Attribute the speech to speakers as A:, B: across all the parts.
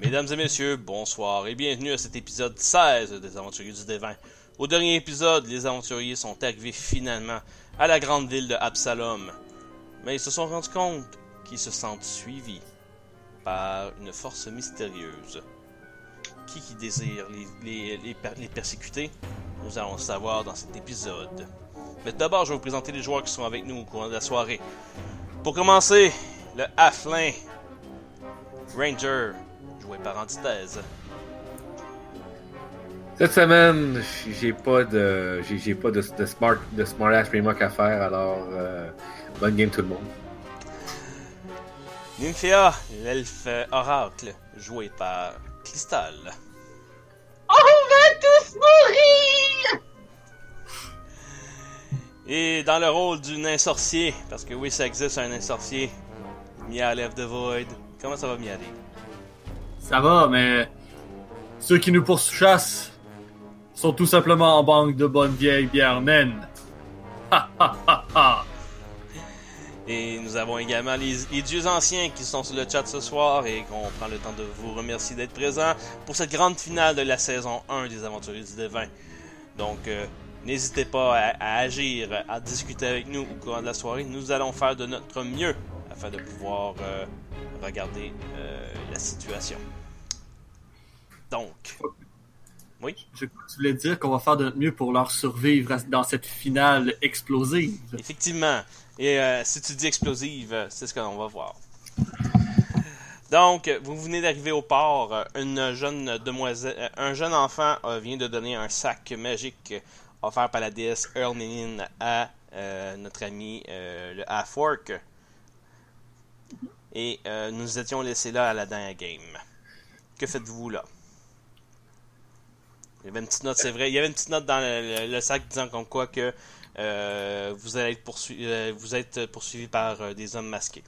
A: Mesdames et messieurs, bonsoir et bienvenue à cet épisode 16 des Aventuriers du Dévin. Au dernier épisode, les aventuriers sont arrivés finalement à la grande ville de Absalom. Mais ils se sont rendus compte qu'ils se sentent suivis par une force mystérieuse. Qui qui désire les, les- les per- les persécuter Nous allons le savoir dans cet épisode. Mais d'abord, je vais vous présenter les joueurs qui sont avec nous au courant de la soirée. Pour commencer, le Halfling Ranger, joué par antithèse.
B: Cette semaine, j- j'ai pas de, j'ai, j'ai pas de, de smart, de smart ass framework à faire, alors euh, bonne game tout le monde.
A: Nymphea, l'elfe oracle, joué par Cristal.
C: On va tous mourir!
A: Et dans le rôle du nain sorcier, parce que oui, ça existe un nain sorcier, Mialev de Void. Comment ça va, Mialev?
D: Ça va, mais ceux qui nous pourchassent sont tout simplement en banque de bonnes vieilles bières naines. Ha ha ha ha!
A: Et nous avons également les, les dieux anciens qui sont sur le chat ce soir et qu'on prend le temps de vous remercier d'être présents pour cette grande finale de la saison 1 des Aventuriers du Devin. Donc, euh, n'hésitez pas à, à agir, à discuter avec nous au cours de la soirée. Nous allons faire de notre mieux afin de pouvoir euh, regarder euh, la situation. Donc,
D: Je crois que tu voulais dire qu'on va faire de notre mieux pour leur survivre à- dans cette finale explosive.
A: Effectivement. Et euh, si tu dis explosive, euh, c'est ce qu'on va voir. Donc, euh, vous venez d'arriver au port. Euh, Une jeune demoiselle, euh, un jeune enfant euh, vient de donner un sac magique euh, offert par la déesse Erlmeline à euh, notre ami euh, le Half-Orc. Et euh, nous étions laissés là à la dernière game. Que faites-vous là? Il y avait une petite note, c'est vrai. Il y avait une petite note dans le, le- le sac disant comme quoi que euh, vous allez être poursuivi, vous êtes poursuivi par euh, des hommes masqués.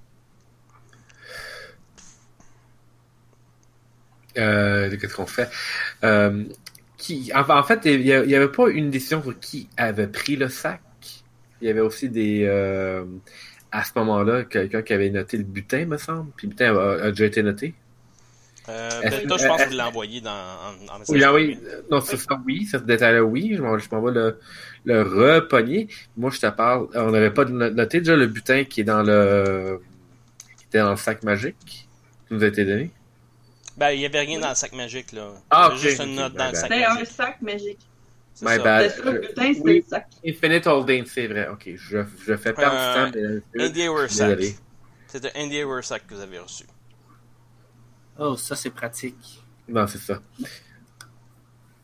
B: Euh, qu'est-ce qu'on fait euh, Qui En, en fait, il y, a- il y avait pas une décision sur qui avait pris le sac. Il y avait aussi des, euh, à ce moment-là, quelqu'un qui avait noté le butin, me semble. Puis le butin a, a déjà été noté.
A: Euh,
B: Est-ce-
A: Belta, je pense
B: est-ce-
A: qu'il l'a envoyé dans, en, en message
B: Oui, ah oui,
A: privé.
B: euh, non, c'est ça, oui, ça, ce détail-là, oui, je m'en, je m'en vais le, le repogner. Moi, je te parle, on n'avait pas no- noté déjà le butin qui est dans le, qui était dans le sac magique qui nous a été donné.
A: Ben, il n'y avait rien dans le sac magique, là.
B: Ah,
A: Il y avait
B: ok,
A: juste une
B: ok,
A: note
B: my
A: dans le
B: bad.
A: sac
C: C'est un
A: magique.
C: sac magique.
A: C'est
B: My
A: ça.
B: bad. Ah,
C: C'est ça, le
B: je-
C: butin, c'est
B: oui.
C: le sac.
B: Infinite Holding, c'est vrai, ok, je, je fais perdre
A: Euh,
B: du temps, mesdames et messieurs.
A: Indie Wear
B: Je suis
A: Sack.
B: désolé.
A: C'est un Indie Wear Sack que vous avez reçu.
D: Oh, ça c'est pratique.
B: Non, c'est ça.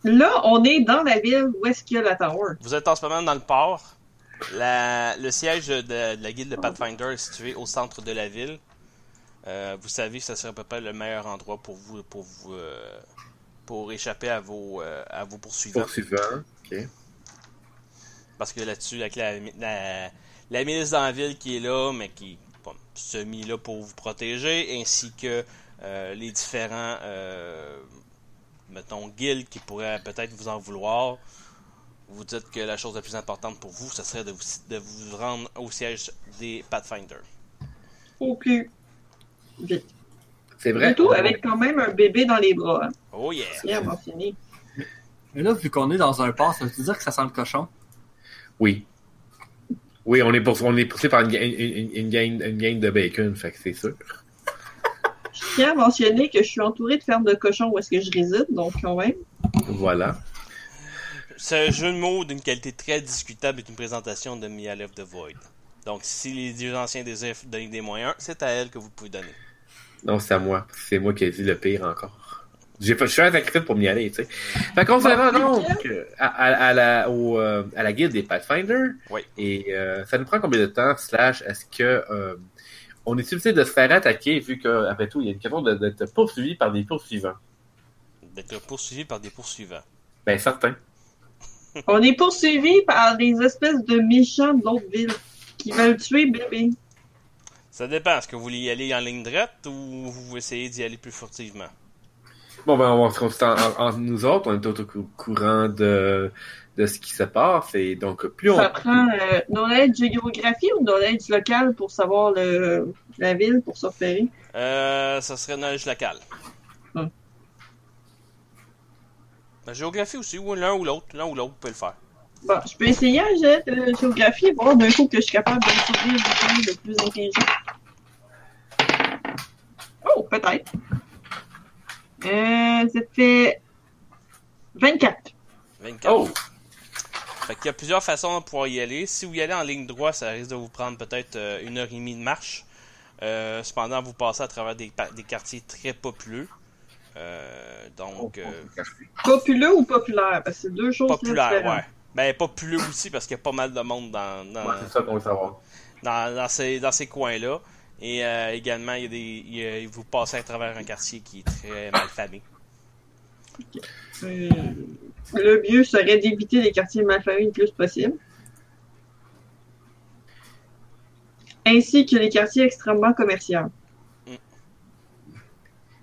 C: Là, on est dans la ville où est-ce qu'il y a la tower.
A: Vous êtes en ce moment dans le port. La- le siège de, de la guilde de Pathfinder est situé au centre de la ville. Euh, vous savez que ce serait à peu près le meilleur endroit pour vous, pour vous, euh, pour échapper à vos, euh, à vos poursuivants.
B: Poursuivant, ok.
A: Parce que là-dessus, avec la, la, la milice dans la ville qui est là, mais qui bon, se mit là pour vous protéger, ainsi que euh, les différents, euh, mettons, guilds qui pourraient peut-être vous en vouloir, vous dites que la chose la plus importante pour vous, ce serait de vous, de vous rendre au siège des Pathfinder.
C: Au plus. Vite.
B: C'est vrai.
C: Du tout, avec quand même un bébé dans les bras. hein.
A: Oh yeah!
C: C'est bien mentionné.
D: Mais là, vu qu'on est dans un port, ça veut dire que ça sent le cochon.
B: Oui. Oui, on est poursuivi, on est poursuivi par une, ga- une, une, une gang, une gang de bacon, fait que c'est sûr.
C: Je tiens à mentionner que je suis entourée de fermes de cochons où est-ce que je réside, donc quand même.
B: Voilà.
A: Ce jeu de mots d'une qualité très discutable est une présentation de Mialef de Void. Donc, si les dieux anciens désirent donner des moyens, c'est à elle que vous pouvez donner.
B: Non, c'est à moi. C'est moi qui ai dit le pire encore. J'ai fait, je suis un sacrifice pour m'y aller, tu sais. Fait qu'on se rend donc euh, à, à- à la, au, euh, à la guilde des Pathfinder.
A: Oui.
B: Et euh, ça nous prend combien de temps, slash, est-ce que euh, on est supposé de se faire attaquer vu qu'après tout, il y a une question de- d'être poursuivi par des poursuivants?
A: D'être poursuivi par des poursuivants.
B: Ben, certain.
C: On est poursuivi par des espèces de méchants d'autres villes qui veulent tuer bébé.
A: Ça dépend. Est-ce que vous voulez y aller en ligne droite ou vous essayez d'y aller plus furtivement?
B: Bon, ben, on va se consulter en- en- entre nous autres. On est tout au cou- courant de, de ce qui se passe. Et donc, plus on.
C: Ça prend euh, knowledge géographie ou knowledge local pour savoir le, la ville, pour se repérer.
B: Hmm.
A: Euh, ça serait knowledge local. Ben, géographie aussi, ou l'un ou l'autre. L'un ou l'autre, vous pouvez le faire.
C: Bon, je peux essayer un jet de géographie et voir d'un coup que je suis capable de trouver le pays le plus intelligent. Oh, peut-être. Euh, ça fait 24.
A: 24.
B: Oh!
A: Fait qu'il y a plusieurs façons de pouvoir y aller. Si vous y allez en ligne droite, ça risque de vous prendre peut-être euh, une heure et demie de marche. Euh, cependant, vous passez à travers des, pa- des quartiers très populeux. Euh, donc,
B: Oh,
A: euh,
C: Populeux ou populaire? Parce que c'est deux choses très
A: populaire,
C: différentes.
A: ouais. Ben, populeux aussi, parce qu'il y a pas mal de monde dans, dans,
B: hein. Ouais, c'est ça qu'on veut savoir.
A: dans, dans ces, dans ces coins-là. Et euh, également, il y a des, il y a- vous passez à travers un quartier qui est très mal famé.
C: C'est- Euh, Le mieux serait d'éviter les quartiers malfamés le plus possible. Ainsi que les quartiers extrêmement commerciaux.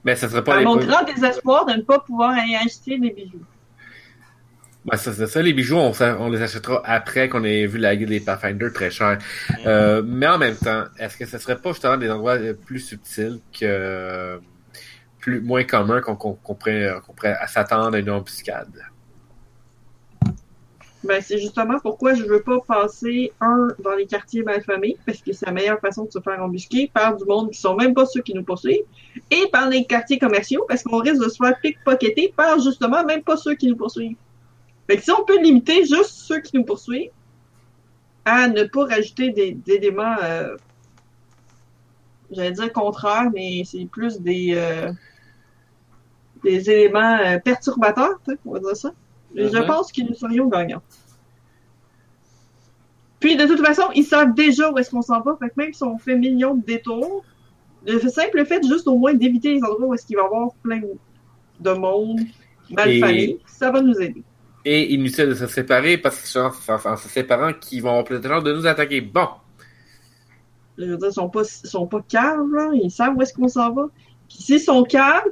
B: Mais ça serait pas
C: À
B: les
C: mon
B: pas-
C: grand désespoir de ne pas pouvoir aller acheter des bijoux.
B: Ben, ça, ça, ça, les bijoux, on, s'a- on les achètera après qu'on ait vu la guide des Pathfinder très cher. Euh, mais en même temps, est-ce que ce serait pas justement des endroits euh, plus subtils que euh, plus moins communs qu'on qu'on- qu'on pourrait, euh, qu'on pourrait s'attendre à une embuscade?
C: Ben, c'est justement pourquoi je veux pas passer un dans les quartiers malfamés, parce que c'est la meilleure façon de se faire embusquer par du monde qui sont même pas ceux qui nous poursuivent, et par les quartiers commerciaux, parce qu'on risque de se faire pickpocketer par justement même pas ceux qui nous poursuivent. Fait que si on peut limiter juste ceux qui nous poursuivent à ne pas rajouter des, des éléments, euh, j'allais dire contraires, mais c'est plus des, euh, des éléments euh, perturbateurs, hein, on va dire ça. Je
B: Mhm.
C: pense que nous serions gagnants. Puis de toute façon, ils savent déjà où est-ce qu'on s'en va. Fait que même si on fait millions de détours, le simple fait juste au moins d'éviter les endroits où est-ce qu'il va y avoir plein de monde mal
B: Et-
C: famé, ça va nous aider.
B: Et inutile de se séparer parce que c'est en, en- en se séparant qu'ils vont peut-être genre de nous attaquer. Bon,
C: Je veux dire, ils sont pas, ils sont pas caves, là. Ils savent où est-ce qu'on s'en va. Puis s'ils sont caves,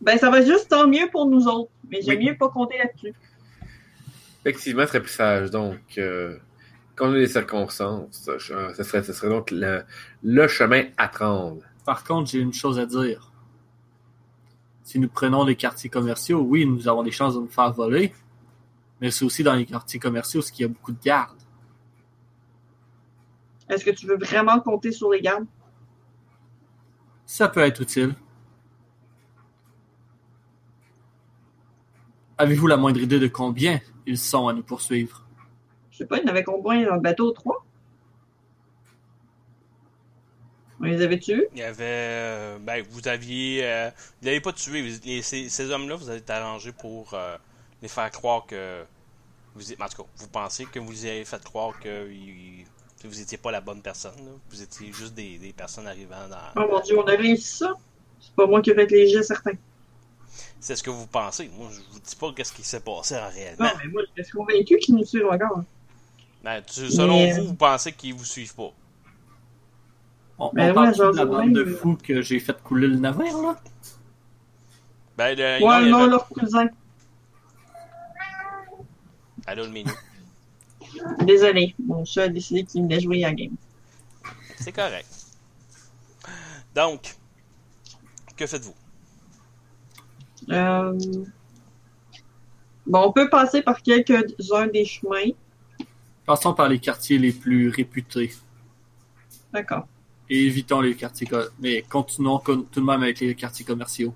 C: ben ça va juste tant mieux pour nous autres. Mais j'aime
B: Oui.
C: mieux pas compter là-dessus.
B: effectivement, ce serait plus sage. Donc, euh, quand on a les circonstances, je- ce serait, ce serait donc le, le chemin à prendre.
D: Par contre, j'ai une chose à dire. Si nous prenons les quartiers commerciaux, oui, nous avons des chances de nous faire voler, mais c'est aussi dans les quartiers commerciaux ce qu'il y a beaucoup de gardes.
C: Est-ce que tu veux vraiment compter sur les gardes?
D: Ça peut être utile. Avez-vous la moindre idée de combien ils sont à nous poursuivre?
C: Je sais pas, il y en avait combien dans le bateau? Trois? On les avait tués?
A: Il y avait. euh, ben, vous aviez. euh, vous l'avez pas tué. Vous- les- ces ces hommes-là, vous avez arrangé pour euh, les faire croire que. Vous, en tout cas, vous pensez que vous les avez fait croire que ils- que vous étiez pas la bonne personne. là. Vous étiez juste des, des personnes arrivant dans.
C: Oh mon dieu, on a réussi ça? C'est pas moi qui ai fait les jets, certains.
A: C'est ce que vous pensez. Moi, je vous dis pas qu'est-ce qui s'est passé en
C: Non,
A: réellement.
C: mais moi, je suis convaincu qu'ils nous suivent encore.
A: Ben, tu- selon
C: Mais, euh,
A: vous, vous pensez qu'ils vous suivent pas.
D: On,
C: Ben
D: on
C: ouais,
D: parle de
C: j'en
D: la
C: vois
D: bande de
C: même.
D: fous que j'ai fait couler le navire, là?
A: Ben, le- non,
C: Ouais,
A: il y
C: non,
A: avait-
C: leurs cousins.
A: Allô, le menu.
C: Désolé, mon chat a décidé qu'il venait jouer à la game.
A: C'est correct. Donc, que faites-vous?
C: Euh, Bon, on peut passer par quelques-uns des chemins.
D: Passons par les quartiers les plus réputés
C: D'accord.
D: et évitons les quartiers... co- Mais continuons con- tout de même avec les quartiers commerciaux.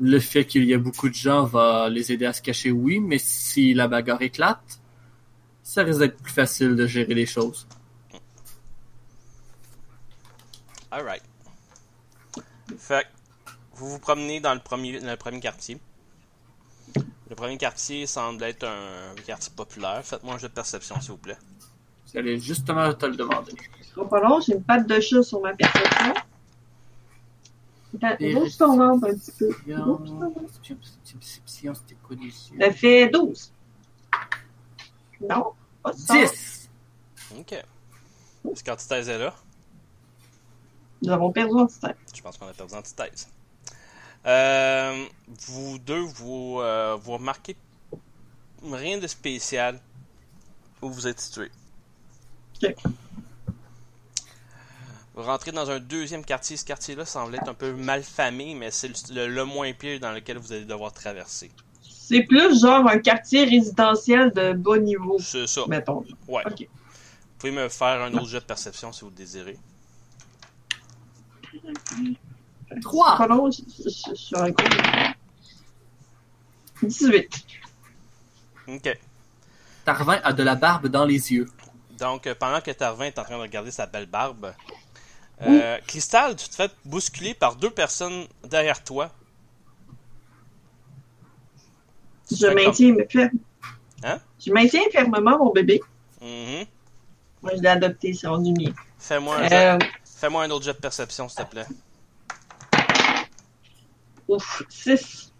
D: Le fait qu'il y a beaucoup de gens va les aider à se cacher, oui, mais si la bagarre éclate, ça risque d'être plus facile de gérer les choses.
A: Alright. Fait que vous vous promenez dans le premier, dans le premier quartier. Le premier quartier semble être un quartier populaire. Faites-moi un jeu de perception, s'il vous plaît.
D: J'allais justement te le demander.
C: Ce sera pas long, j'ai une patte de chat sur ma perception. Attends,
D: Et-
C: bouge ton ventre un petit peu. Ça fait 12. Non, pas 10.
D: 10!
A: Ok. Est-ce qu'antithèse est là?
C: Nous avons perdu un système.
A: Je pense qu'on a perdu antithèse. Euh, vous deux, vous, euh, vous remarquez rien de spécial où vous êtes situé.
C: Ok.
A: Vous rentrez dans un deuxième quartier. Ce quartier-là semble être un peu malfamé, mais c'est le, le- le moins pire dans lequel vous allez devoir traverser.
C: C'est plus genre un quartier résidentiel de bas niveau,
A: C'est ça.
C: mettons.
A: Ouais.
C: Ok.
A: Vous pouvez me faire un autre jet de perception si vous le désirez.
D: Trois!
C: Pas long, je je- je suis un coup. 18.
A: Ok.
D: Tarvin a de la barbe dans les yeux.
A: Donc, euh, pendant que Tarvin est en train de regarder sa belle barbe, euh, Cristal, tu te fais bousculer par deux personnes derrière toi. Tu
C: Je
A: fais comme-
C: maintiens, me ferme.
A: Hein?
C: Je maintiens fermement mon bébé.
A: Mhm.
C: Moi, je l'ai adopté, c'est rendu mien.
A: Fais-moi un, jet-
C: Euh,
A: fais-moi un autre jet de perception, s'il te plaît.
C: ouf, 6.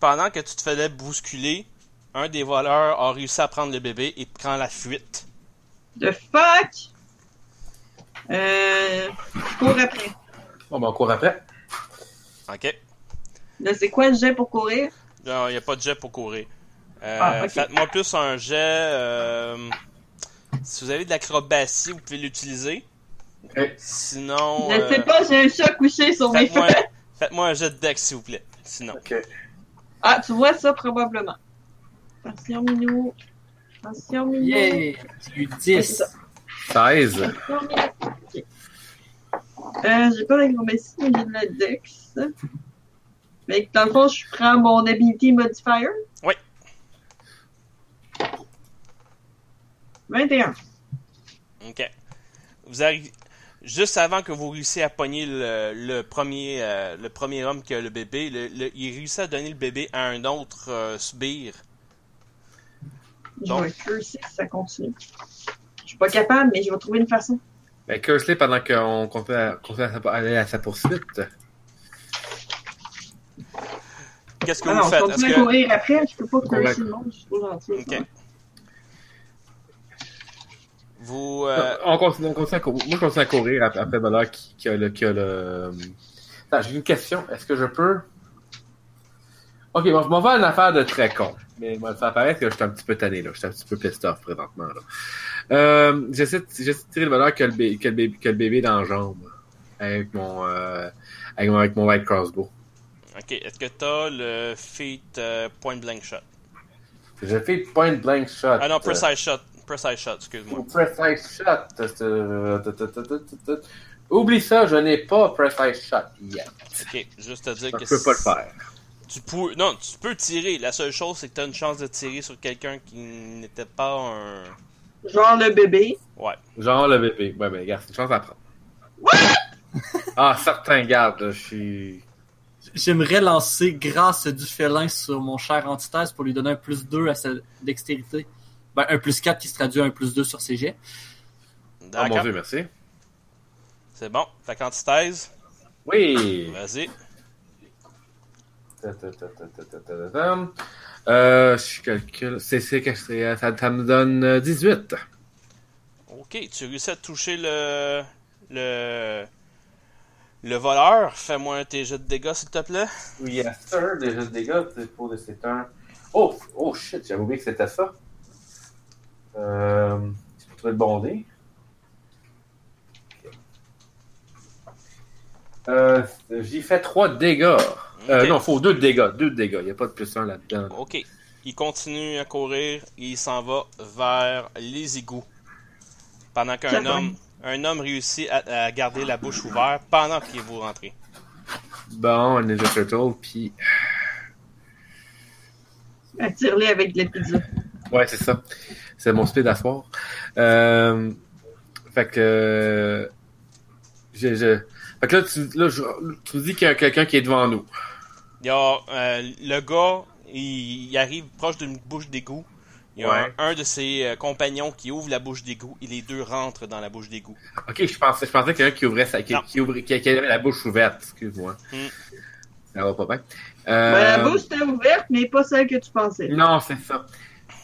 A: Pendant que tu te faisais bousculer, un des voleurs a réussi à prendre le bébé et prend la fuite.
C: The fuck? Euh, je cours après.
B: ben, On va encore après.
A: Ok.
C: Là, c'est quoi le jet pour courir?
A: Non, il n'y a pas de jet pour courir. Euh,
C: Ah, ok.
A: Faites-moi plus un jet. euh, si vous avez de l'acrobatie, vous pouvez l'utiliser.
B: Ok.
A: Sinon.
C: je
A: euh,
C: sais pas, j'ai un chat couché sur mes
A: faites-moi,
C: fesses.
A: faites-moi un jet de deck, s'il vous plaît. Sinon.
B: Ok.
C: Ah, tu vois ça probablement. Attention, Minou. Attention, Minou.
D: Yeah! J'ai eu
C: C'est
D: dix.
C: ça.
B: 16.
C: Attention, Minou. Ok. Euh, j'ai pas l'acrobatie, mais j'ai de la dex. Mais dans le fond, je prends mon ability modifier.
A: Oui.
C: 21.
A: Ok. Vous arrivez. Juste avant que vous réussissiez à pogner le, le premier, euh, le premier homme qui a le bébé, le- le- il réussit à donner le bébé à un autre euh, sbire.
C: Je
A: Bon.
C: vais curser si ça continue. Je suis pas capable, mais je vais trouver une façon.
B: Ben, Cursley, pendant qu'on continue à, continue à sa- aller à sa poursuite.
A: Qu'est-ce que
C: Ah
A: vous
C: non, je
A: faites? Est-ce
C: continue à
A: que-
C: courir après, je peux pas
B: Convainc-
C: curser le monde, je suis trop gentil.
A: Ok. Vous. euh,
B: On, continue, on continue à courir. Moi, je continue à courir après, après le voleur qui, qui a le. Qui a le... Attends, j'ai une question. Est-ce que je peux. Ok, bon, je m'en vais à une affaire de très con. Mais moi, ça paraît que je suis un petit peu tanné, là. Je suis un petit peu pissed off présentement, là. Euh, j'essaie, de- j'essaie de tirer le voleur qui a le, bé- qui a le bébé, qui a le bébé dans la jambe. Avec mon, euh, avec mon, avec mon white crossbow.
A: Ok, est-ce que t'as le feat euh, point blank shot?
B: Je fais point blank shot.
A: Ah non, precise shot. Precise shot, excuse-moi.
B: Ou Precise Shot. Euh, Oublie ça, je n'ai pas Precise Shot yet.
A: Ok, juste te dire
B: Donc,
A: que
B: je peux pas le faire.
A: Tu peux... Non, tu peux tirer. La seule chose, c'est que t'as une chance de tirer sur quelqu'un qui n'était pas un.
B: Ah,
C: Genre le bébé.
A: Ouais.
B: Genre le bébé. Ouais, ben, regarde, c'est une chance à prendre. ah, certain, garde, je suis.
D: J'aimerais lancer grâce du félin sur mon cher antithèse pour lui donner un plus 2 à sa dextérité. Ben, un plus 4 qui se traduit à un plus 2 sur ses jets.
B: Oh
A: D'accord.
B: mon dieu, merci.
A: c'est bon. Fait qu'antithèse,
B: Oui.
A: vas-y.
B: Euh, je calcule. C'est, c'est, que c'est- ça, ça me donne euh, 18.
A: Ok, tu réussis à toucher le. Le. Le voleur. Fais-moi un tes jets de dégâts, s'il te plaît.
B: Oui, yes, sir. Déjà, euh, des gars, c'est pour c'est un. Oh, oh shit, j'avais oublié que c'était ça. Euh, c'est pour trouver le bondé. Euh, J'y fais 3 dégâts. Euh,
A: Ok.
B: Non, il faut 2 dégâts. 2 dégâts. Il n'y a pas de plus 1 là-dedans.
A: Ok. Il continue à courir et il s'en va vers les égouts. Pendant qu'un
C: Quel
A: homme, un homme réussit à, à garder la bouche ouverte pendant qu'il vous rentrez.
B: Bon, Ninja Turtle, puis.
C: Attire-les avec de la pizza.
B: Ouais, c'est ça. C'est mon speed à soir. Euh, fait que. euh, j'ai- je- Fait que là, tu, là, je- tu me dis qu'il y a quelqu'un qui est devant nous.
A: Il y a, euh, le gars, il, il arrive proche d'une bouche d'égout. Il y a
B: Ouais.
A: un, un de ses euh, compagnons qui ouvre la bouche d'égout et les deux rentrent dans la bouche d'égout.
B: Ok, je pensais, je pensais qu'il y en a qui ouvrait sa, qui,
A: Non.
B: qui ouvrait, qui, qui avait la bouche ouverte, excuse-moi.
A: Hmm.
B: Ça va pas bien.
C: Ben,
B: Euh, Mm.
C: la bouche était ouverte, mais pas celle que tu pensais.
B: Non, c'est ça.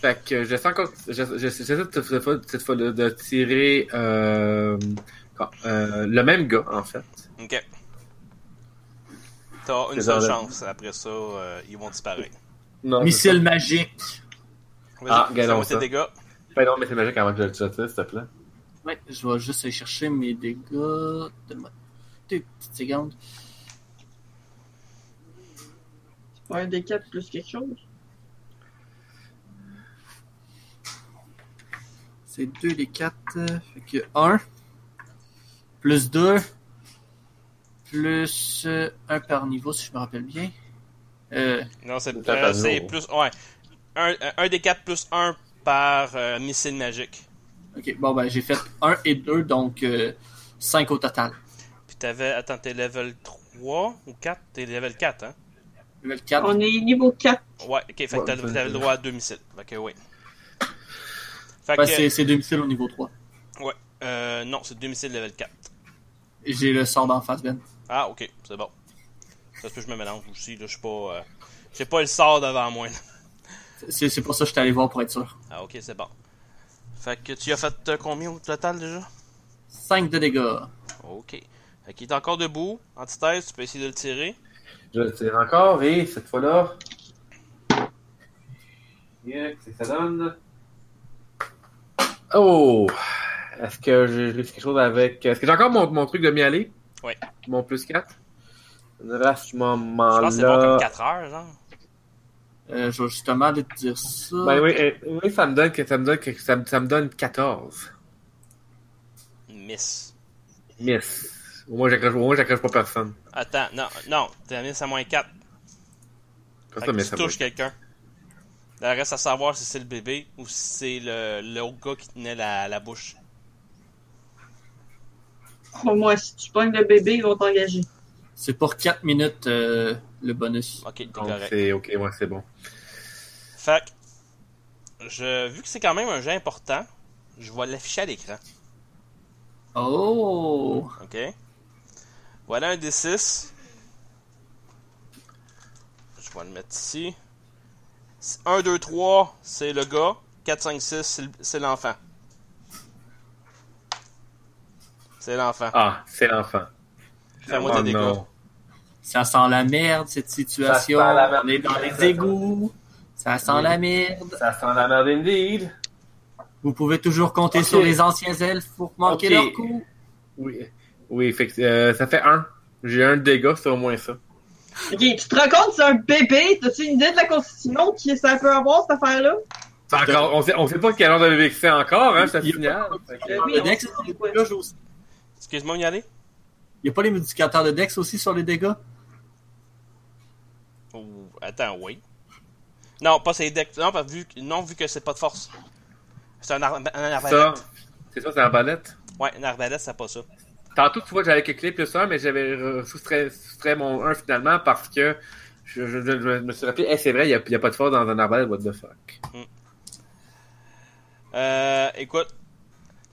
B: Fait que je sens encore, je- je- j'essaie cette fois, cette fois de, de tirer, euh, quand- euh, le même gars, en fait.
A: Ok. T'as une
B: C'est
A: seule
B: dans le-
A: chance. Après ça, euh, ils vont disparaître.
B: Non. c'est
D: Missile magique.
A: Vas-y, fais-moi
B: Ah, regardons
A: tes
B: ça.
A: dégâts.
B: ça. Ben non, mais c'est magique avant que je le tue, s'il te plaît.
D: Ouais, je vais juste aller chercher mes dégâts. Donne-moi deux petites secondes.
C: Un des quatre plus quelque chose.
D: C'est 2 des 4. Fait que 1. Plus 2. Plus 1 par niveau, si je me rappelle bien. Euh,
A: Non, c'est
B: C'est un
A: euh,
B: panneau.
A: c'est plus. Ouais. Un, un des quatre plus un par euh, missile magique.
D: ok, bon, ben, j'ai fait 1 et 2, donc 5 au total.
A: Puis t'avais. Attends, t'es level 3 ou 4 T'es level 4, hein
D: Level 4.
C: On est niveau 4.
A: Ouais, ok. Fait que
B: Ouais,
A: t'as-
B: ça,
A: t'avais le
B: c'est-
A: droit à deux missiles. Fait que oui. Fait
D: Ben,
A: que.
D: c'est, c'est 2 missiles au niveau 3.
A: euh, non, c'est deux missiles level 4.
D: Et J'ai le sort d'en face, Ben.
A: Ah, ok, c'est bon. Ça se peut que je me mélange aussi, là. Je suis pas. euh, J'ai pas le sort devant moi, là.
D: C'est, c'est pour ça que je suis allé voir pour être sûr.
A: Ah, ok, c'est bon. Fait que tu as fait euh, combien au total déjà
D: 5 de dégâts.
A: Ok. Fait qu'il est encore debout. Antithèse, tu peux essayer de le tirer.
B: Je le tire encore et cette fois-là. Yeah, qu'est-ce que ça donne? Oh! Est-ce que j'ai j'ai quelque chose avec. Est-ce que j'ai encore mon, mon truc de m'y aller?
A: Ouais.
B: Mon plus 4? Là, à ce
A: Je
B: moment-là.
A: pense que c'est bon comme 4 heures, genre.
D: Euh, je vais justement aller te dire ça.
B: Ben oui, euh, oui, ça me donne que ça me donne que ça me, ça me donne 14.
A: Miss.
B: Yes. Au moins j'accroche au moins j'accroche pas personne.
A: Attends, non, non, t'es à miss à moins 4.
B: Comme
A: Fait
B: ça,
A: que
B: mais
A: tu
B: ça
A: touches quelqu'un. Là, reste à savoir si c'est le bébé ou si c'est le, l'autre gars qui tenait la, la bouche.
C: Pour moi, si tu pognes le bébé, ils vont t'engager.
D: C'est pour 4 minutes euh, le bonus.
A: Ok, t'es
B: va. Donc
A: correct.
B: c'est ok, ouais, c'est bon.
A: Fait que, je, vu que c'est quand même un jeu important, je vais l'afficher à l'écran.
D: Oh!
A: Ok. Voilà un D6. Je vais le mettre ici. 1, 2, 3, c'est le gars. 4, 5, 6, c'est le- c'est l'enfant. C'est l'enfant.
B: Ah, c'est l'enfant.
A: Fais-moi tes
B: Oh,
A: dégâts.
B: non.
D: Ça sent la merde, cette situation.
B: Ça sent la merde.
D: On est dans les égouts. Ça sent
B: Oui.
D: la merde.
B: Ça sent la merde indeed.
D: Vous pouvez toujours compter
B: Ok.
D: sur les anciens elfes pour manquer
B: Ok.
D: leur coup.
B: Oui. Oui, fait que, euh, ça fait un. J'ai un dégât, c'est au moins ça.
C: Ok, tu te rends compte, c'est un bébé. T'as-tu une idée de la constitution qui ça peut avoir, cette affaire-là?
B: C'est Encore, on, sait, on sait pas quel genre de bébé que c'est encore, hein, c'est
D: Il y a
B: final.
C: Euh, oui,
D: Le
C: on
D: Dex,
C: sait c'est quoi.
D: les dégâts aussi.
A: Excuse-moi, y aller?
D: Il n'y a pas les modificateurs de Dex aussi sur les dégâts?
A: Ou- Attends, oui. Non, pas c'est deck. Non, parce que vu, que- non, vu que c'est pas de force. C'est un, ar- un
B: Ça,
A: arbalète.
B: c'est ça, c'est la palette.
A: Ouais, un arbalète, c'est pas ça.
B: Tantôt, tu vois, j'avais cliqué plus un, mais j'avais euh, soustrait, soustrait mon 1 finalement parce que je, je- je- je me suis rappelé, Eh, c'est vrai, il n'y a, il y a pas de force dans un arbalète, what the fuck.
A: Euh, écoute,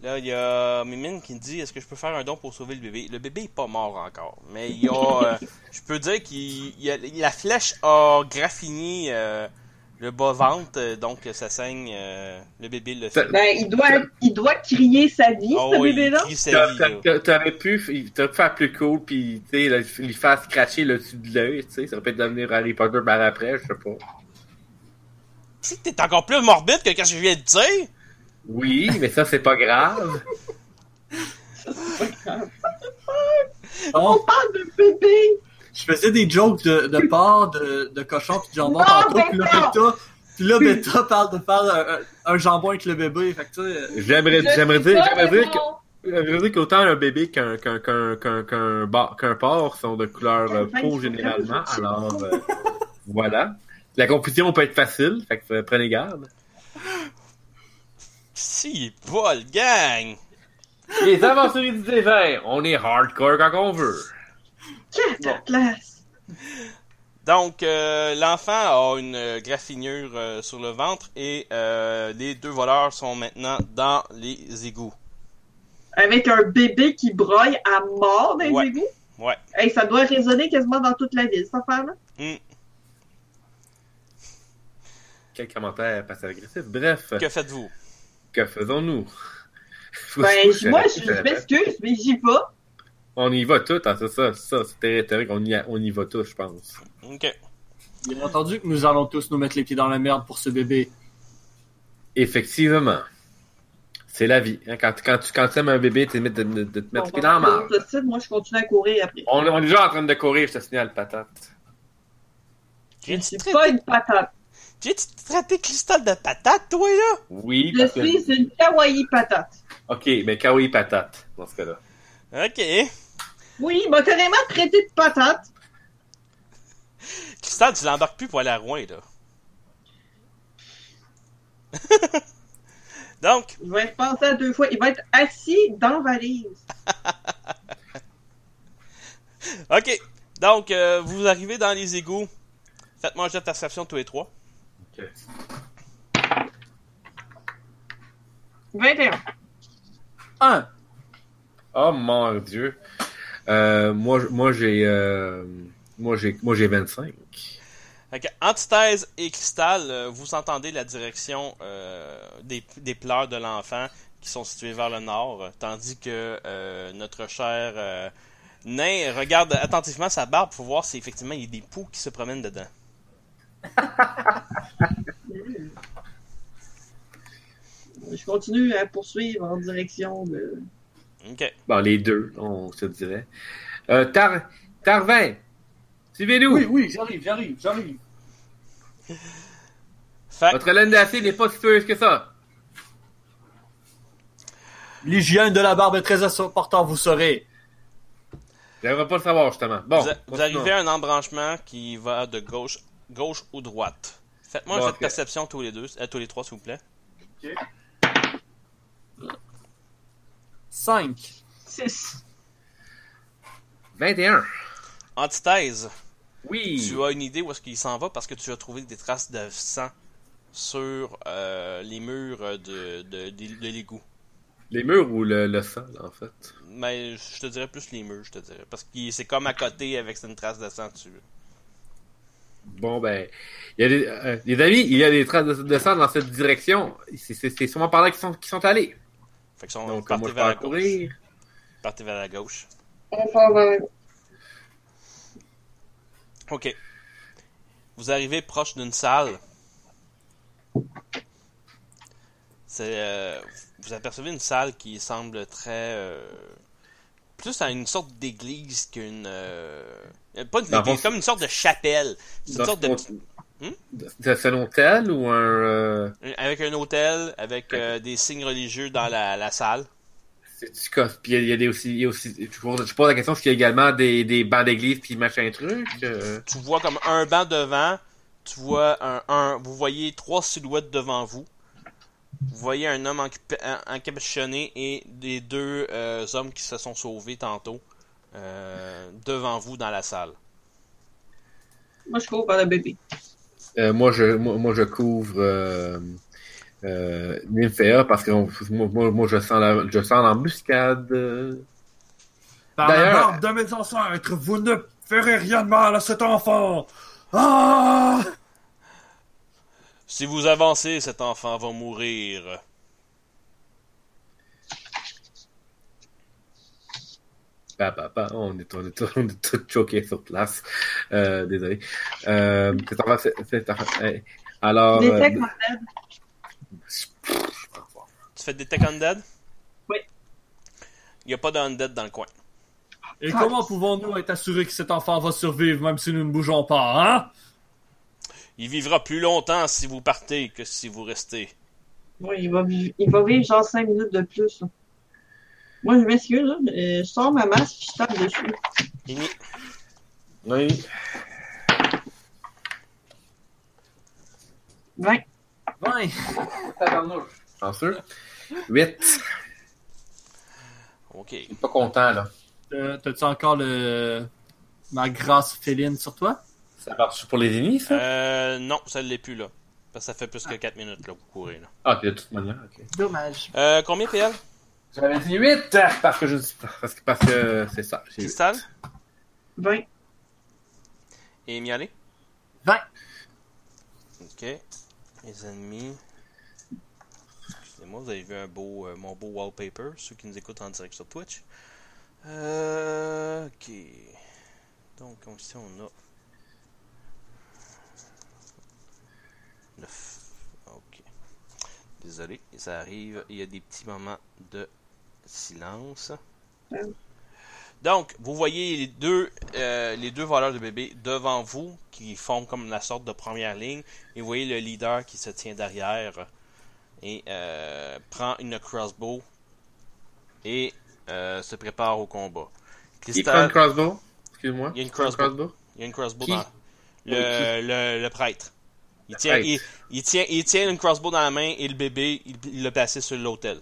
A: là, il y a Mimine qui dit est-ce que je peux faire un don pour sauver le bébé Le bébé est pas mort encore, mais il y a. euh, je peux dire qu'il. il y a- La flèche a graffiné euh, le bas-ventre, euh, donc ça saigne euh, le bébé le fait.
C: Ben, il doit, il doit crier sa vie,
A: Oh,
C: ce
A: il
C: bébé-là.
A: crie sa vie,
B: T'a-
A: là.
B: t'a- T'aurais pu, f- t'aurais pu faire plus cool, puis tu sais, le- lui faire scratcher le dessus de l'œil, tu sais, ça peut devenir Harry Potter par après, je sais pas.
A: Si t'es encore plus morbide que quand je viens de dire
B: Oui, mais ça, c'est pas grave.
C: On
D: Bon,
C: parle de Ah, bébé!
D: je faisais des jokes de, de porc, de, de cochon, puis de jambon
C: Non,
D: tantôt, puis là,
C: Beta!
D: Beta, puis là, Beta parle de faire un, un- un jambon avec le bébé. Fait que, tu sais, euh,
B: J'aimerais,
C: Je
B: j'aimerais
C: sais
B: dire,
C: pas,
B: j'aimerais
C: mais
B: dire que.
C: bon.
B: Ça veut dire qu'autant un bébé qu'un qu'un qu'un qu'un qu'un bar- qu'un porc sont de couleur euh, peau généralement. Alors euh, voilà. La confusion peut être facile, fait que euh, prenez garde.
A: Si, pas le gang
B: Les aventuriers du désert, on est hardcore quand on veut.
C: Quatre places.
A: Donc, euh, l'enfant a une euh, graffinure euh, sur le ventre et euh, les deux voleurs sont maintenant dans les égouts.
C: Avec un bébé qui broille à mort dans
A: Ouais.
C: les égouts.
A: Ouais.
C: Hey, ça doit résonner quasiment dans toute la ville, cette affaire-là.
B: Quel commentaire passif-agressif. Bref, que,
A: Que faites-vous?
B: faisons-nous? Faut-
C: Ben,
B: faut-
C: moi, je,
B: je-
C: je m'excuse, mais j'y vais.
B: On y va tout, hein, c'est ça, ça, c'était rhétorique, on y, a- on y va tout, je pense.
A: Ok.
D: bien entendu que nous allons tous nous mettre les pieds dans la merde pour ce bébé.
B: Effectivement. C'est la vie. hein. Quand, quand tu quand aimes un bébé, tu de, de, de, te mettre
C: Bon, ben,
B: les pieds dans la marde.
C: je te cite, moi, je continue à courir après.
B: On, on est déjà en train de courir, je te signale, patate.
A: J'ai
C: C'est
A: traité,
C: pas une patate.
A: j'ai-tu traité cristal de patate, toi, là?
B: Oui,
C: Je
B: parce que...
C: sais, c'est une kawaii patate.
B: Ok, mais kawaii patate, dans ce cas-là.
A: Ok.
C: Oui, il m'a carrément traité de patate.
A: Cristal, tu l'embarques plus pour aller à Rouen, là. Donc,
C: Il va être pensé à deux fois. Il va être assis dans valise.
A: ok. Donc, euh, vous arrivez dans les égouts. Faites-moi un jet de perception tous les trois.
C: 21.
D: Un.
B: Oh mon dieu. Euh, moi, j- moi j'ai, euh, moi j'ai, moi j'ai 25.
A: Ok, Antithèse et Cristal, euh, vous entendez la direction euh, des, des pleurs de l'enfant qui sont situés vers le nord, euh, tandis que euh, notre cher euh, nain regarde attentivement sa barbe pour voir si effectivement il y a des poux qui se promènent dedans.
C: Je continue à poursuivre en direction de.
A: Ok.
B: Bon, les deux, on se dirait. Euh, Tar, Tarvin, suivez-nous.
D: Oui, oui, j'arrive, j'arrive, j'arrive.
A: Fait
B: Votre laine d'acier n'est pas si peureuse que ça.
D: L'hygiène de la barbe est très important, vous saurez.
B: J'aimerais pas le savoir, justement. Bon.
A: vous, a- vous
B: continuons.
A: arrivez à un embranchement qui va de gauche, gauche ou droite. Faites-moi un
B: Bon,
A: jet de
B: ok.
A: perception tous les deux, euh, tous les trois s'il vous plaît.
D: Cinq.
C: 6.
B: 21.
A: Antithèse,
B: Oui.
A: tu as une idée où est-ce qu'il s'en va parce que tu as trouvé des traces de sang sur euh, les murs de, de, de- de l'égout.
B: Les murs ou le, le sol, en fait.
A: Mais je te dirais plus les murs, je te dirais. Parce que c'est comme à côté avec une trace de sang dessus.
B: Bon, ben, il y a des, euh, les amis, il y a des traces de, de sang dans cette direction. C'est- C'est c'est sûrement par là qu'ils sont, qu'ils sont allés.
A: Fait que sont
B: Donc,
A: partez
B: moi, je
A: vers la
B: vais
A: gauche.
B: courir.
A: Partez vers la gauche.
C: On part vers.
A: Ok. Vous arrivez proche d'une salle. C'est, euh, vous apercevez une salle qui semble très euh, plus à une sorte d'église qu'une euh, pas une
B: Dans le
A: église,
B: fond,
A: comme une sorte de chapelle, C'est une
B: Dans
A: sorte de
B: son-
A: petit- Hmm?
B: C'est un hôtel ou un. euh,
A: avec un hôtel, avec euh, des signes religieux dans la, la salle.
B: C'est-tu cos- Puis il y a- il y a des aussi. il y a aussi je, pose, je pose la question est-ce qu'il y a également des, des bancs d'église puis machin truc euh,
A: Tu vois comme un banc devant, tu vois un, un- vous voyez trois silhouettes devant vous. Vous voyez un homme encup- en- encapuchonné et des deux euh, hommes qui se sont sauvés tantôt euh, devant vous dans la salle.
C: Moi, je cours vers le bébé.
B: euh, moi, je, moi, moi, je couvre euh, euh, Nymphéa parce que on- moi, moi, moi, je sens la- je sens l'embuscade. euh.
E: Par
B: D'ailleurs-
E: la barbe de mes ancêtres, vous ne ferez rien de mal à cet enfant. Ah
A: Si vous avancez, cet enfant va mourir.
B: Bah, bah, bah, on est, on est, on est tous choqués sur place. Euh, désolé. Euh, c'est en fait- c'est en fait- hey. Alors.
C: Des
B: euh,
C: textes, moi.
A: Tu fais des tech undead?
C: Oui.
A: Il n'y a pas d'undead dans le coin.
D: Et
C: Ah.
D: comment pouvons-nous être assurés que cet enfant va survivre même si nous ne bougeons pas, hein?
A: Il vivra plus longtemps si vous partez que si vous restez.
C: Oui, il va, vi- il va vivre genre 5 minutes de plus. Moi, je m'excuse. là, mais, euh, je sors ma masque et je tape dessus.
A: Il n'y-
B: oui.
C: 20.
D: Vingt.
B: Chanceux. 8.
A: Ok.
B: Pas content, là.
D: Euh, T'as-tu encore le... ma grâce féline sur toi?
B: Ça marche pour les ennemis, ça?
A: Euh, non, ça ne l'est plus là. Parce que ça fait plus que 4 minutes là, vous courez là.
B: Ah, de toute manière, ok.
D: Dommage.
A: Euh, combien PL
B: J'avais dit 8 parce que je ne suis pas. Parce que, parce que c'est ça. j'ai-
A: Cristal
C: 20.
A: et Mialet
D: 20.
A: Ok. Les ennemis. Excusez-moi, vous avez vu un beau, euh, mon beau wallpaper, ceux qui nous écoutent en direct sur Twitch. Euh, ok. Donc, comme ici, on a. 9. Ok. Désolé, ça arrive. Il y a des petits moments de silence. Donc, vous voyez les deux, euh, les deux voleurs de bébés devant vous qui font comme la sorte de première ligne. Et vous voyez le leader qui se tient derrière et euh, prend une crossbow et euh, se prépare au combat.
B: Il prend une
A: Cristal,
B: crossbow. Excuse-moi.
A: Il y a une
B: Il prend
A: crossbow. il y a une crossbow
B: Qui?
A: dans le, le, le prêtre. Il
B: Le
A: tient,
B: prêtre.
A: il, il tient, il tient une crossbow dans la main et le bébé, il il l'a placé sur l'autel.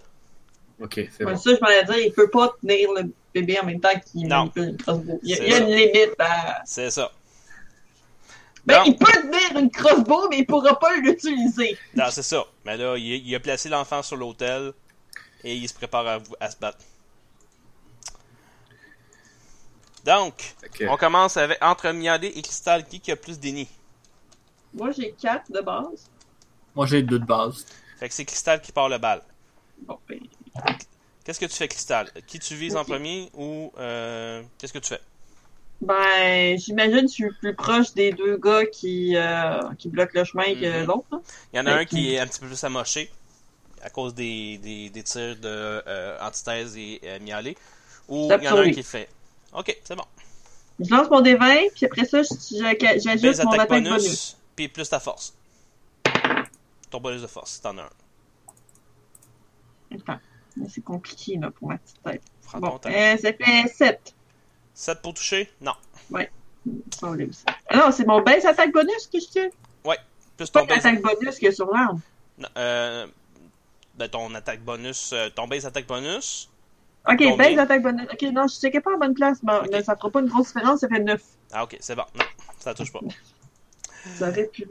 B: Ok, c'est
C: Ouais,
B: bon.
C: Ça, je m'en allais dire, il peut pas tenir le bébé en même temps qu'il
A: Non.
C: manipule une crossbow. Il y a,
A: C'est
C: il y a
A: ça.
C: une limite à...
A: C'est ça.
C: Ben,
A: Non.
C: il peut tenir une crossbow, mais il pourra pas l'utiliser.
A: Non, c'est ça. Mais là, il, il a placé l'enfant sur l'autel et il se prépare à, vous- à se battre. Donc,
B: Ok.
A: on commence avec entre Miadé et Cristal, qui, qui a plus déni.
C: Moi, j'ai 4 de base.
D: Moi, j'ai deux de base.
A: Fait que c'est Cristal qui part le bal.
C: Bon, ben,
A: Qu'est-ce que tu fais, Cristal Qui tu vises en
C: Ok.
A: premier ou euh, qu'est-ce que tu fais
C: ben, j'imagine que je suis plus proche des deux gars qui, euh, qui bloquent le chemin que
A: Mhm.
C: l'autre. hein.
A: Il y en a un
C: Ok.
A: qui est un petit peu plus amoché à cause des, des, des tirs de euh, antithèse et euh, Miaulé. Ou
C: Tape
A: il y en
C: sur
A: a un
C: lui.
A: qui le fait. Ok, c'est bon.
C: Je lance mon D20, puis après ça, je- j'ac-
A: Des
C: j'ajoute mon
A: attaques
C: attaque
A: bonus,
C: bonus.
A: puis plus ta force. Ton bonus de force, si t'en as un.
C: Attends, mais c'est compliqué là, pour ma petite tête.
A: Prends
C: bon,
A: ton temps.
C: euh, ça fait 7.
A: 7 pour toucher Non.
C: Ah non, c'est mon base attaque bonus que je tue.
A: Plus
C: Pas
A: ton base.
C: l'attaque bonus que sur l'arme.
A: Non, euh, ben, ton attaque bonus. euh, ton base attaque bonus.
C: Ok,
A: Combien?
C: base attaque bonus. Ok, non, je checkais pas en bonne place, mais
A: Ok.
C: mais ça fera pas une grosse différence, ça fait 9.
A: Ah, ok, c'est bon. Non, ça touche pas.
C: Ça aurait pu.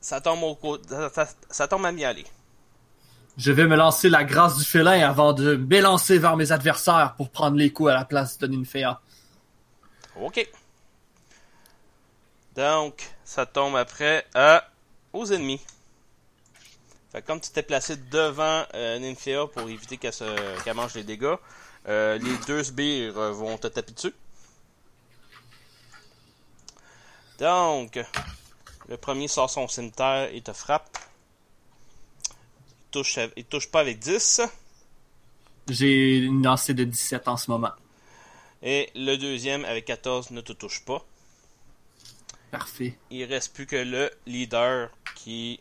A: Ça tombe au côté. Ça, ça- ça tombe à Miaulé.
D: Je vais me lancer la grâce du félin avant de m'élancer vers mes adversaires pour prendre les coups à la place de Ninfea.
A: Ok. Donc, ça tombe après à, aux ennemis. Fait que comme tu t'es placé devant euh, Ninfea pour éviter qu'elle se- qu'elle mange les dégâts, euh, les deux sbires euh, vont te taper dessus. Donc, le premier sort son cimetière et te frappe. Il touche, av- il touche pas avec 10.
D: J'ai une lancée de 17 en ce moment.
A: Et le deuxième avec 14 ne te touche pas.
D: Parfait.
A: il reste plus que le leader qui.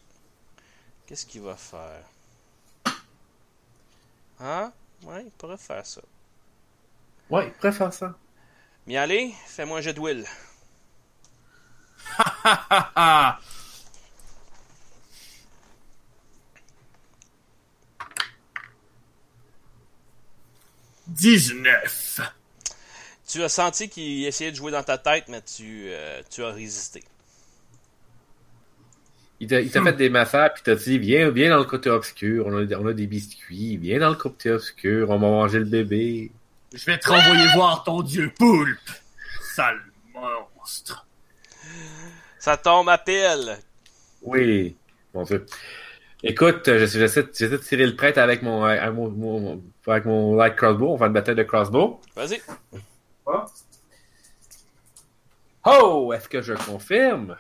A: Qu'est-ce qu'il va faire Hein Ouais, il pourrait faire ça.
B: Ouais, il pourrait faire ça.
A: Mais allez, fais-moi un jet de will.
D: Ah ah! Dix-neuf.
A: Tu as senti qu'il essayait de jouer dans ta tête, mais tu, euh, tu as résisté.
B: Il t'a, il t'a fait des massacres, puis t'a dit, viens, viens dans le côté obscur, on a, on a des biscuits, viens dans le côté obscur, on va manger le bébé.
D: Je vais te renvoyer voir ton dieu poulpe. Sale monstre.
A: Ça tombe à pile.
B: Oui, mon Dieu. Écoute, je- j'essaie, de- j'essaie de tirer le prêtre avec mon, euh, avec mon, mon- mon- avec mon light crossbow, on va une bataille de crossbow.
A: Vas-y.
B: Oh, est-ce que je confirme?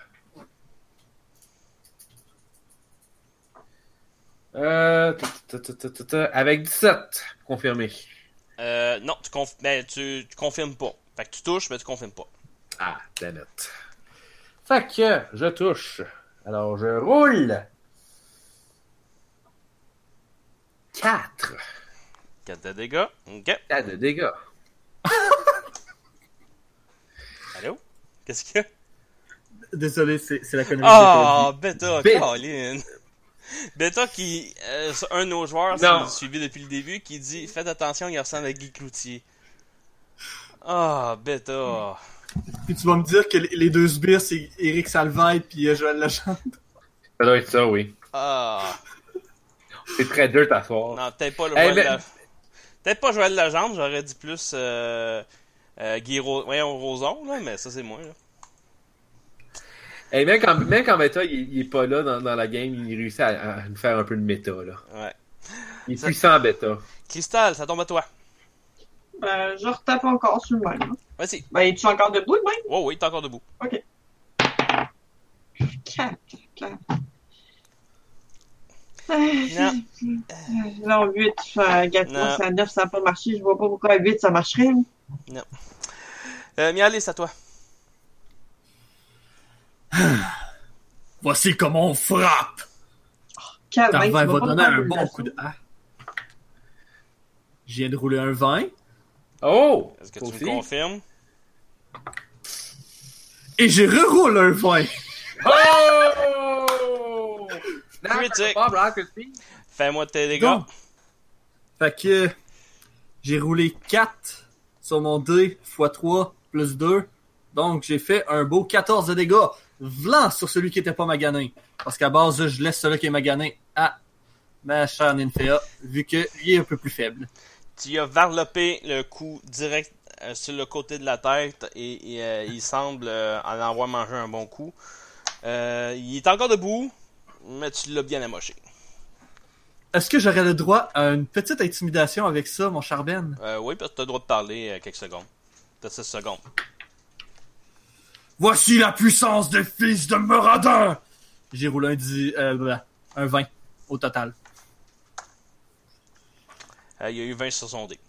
B: Euh, ta- ta- ta- ta- ta- ta- avec 17, confirmé.
A: Euh, non, tu, conf... ben, tu, tu confirmes pas. Fait que tu touches, mais tu confirmes pas.
B: Ah, planète. Fait que je touche. Alors je roule. 4.
A: 4 de dégâts. Ok.
B: 4 de dégâts.
A: Allô Qu'est-ce qu'il y a
D: Désolé, c'est c'est la connerie.
A: Ah, Beta,
B: Beta.
A: Colin. Beta qui, euh, c'est un de nos joueurs, si
B: Non.
A: vous le suivez depuis le début, qui dit Faites attention, il ressemble à Guy Cloutier. Ah, Beta.
D: Puis tu vas me dire que les les deux sbires, c'est Eric Salvaille puis euh, Joël Lachant.
B: Ça doit être ça, oui.
A: Ah.
B: C'est très dur t'asseoir.
A: Non, peut-être pas le
B: Eh
A: Joël
B: ben-
A: la... Peut-être pas Joël Legendre, j'aurais dit plus euh, euh, Guy Ro- voyons, Roson, là, mais ça c'est moi. Là.
B: Et même quand, même quand Meta, il, il est pas là dans, dans la game, il réussit à, à nous faire un peu de méta, là.
A: Ouais.
B: Il est
A: Ça-
B: puissant, Beta.
A: Cristal, ça tombe à toi.
C: Ben, je retape encore sur le même. hein.
A: Vas-y.
C: Ben, es-tu encore debout, le même?
A: Oh oui, t'es encore debout.
C: 4. Claire. Ah,
A: Non.
C: Non, 8, euh, 4,
A: Non.
C: à 9, ça n'a pas marché. Je vois pas pourquoi à 8, ça marcherait.
A: Euh, Mialis, c'est à toi.
D: Voici comment on frappe!
C: Calvin, tu
D: Tarvin
C: vas
D: va
C: pas
D: donner
C: prendre
D: un
C: une
D: bon
C: leçon.
D: coup de hache. Je viens de rouler un 20
B: Oh!
A: Est-ce que tu
B: Toi
A: me
B: aussi?
A: confirmes?
D: et je reroule un 20.
B: Oh! Now
A: Critique.
B: for the bomb rocket speed.
A: Fais-moi tes dégâts.
D: Donc. Fait que euh, j'ai roulé 4 sur mon dé x 3 plus 2. Donc j'ai fait un beau 14 de dégâts. Vlan sur celui qui était pas magané. Parce qu'à base, je laisse celui qui est magané à ma chère Ninfea, vu qu'il est un peu plus faible.
A: Tu as varlopé le coup direct euh, sur le côté de la tête et, et, euh, il semble euh, en avoir mangé un bon coup. Euh, il est encore debout, mais tu l'as bien amoché.
D: Est-ce que j'aurais le droit à une petite intimidation avec ça, mon cher Ben?
A: Euh, oui, parce que tu as le droit de parler euh, quelques secondes. T'as 6 secondes.
E: Voici la puissance des fils de Moradin.
D: J'ai roulé un, 10, euh, voilà, un 20 au total.
A: Euh, il y a eu 20 sur son dé.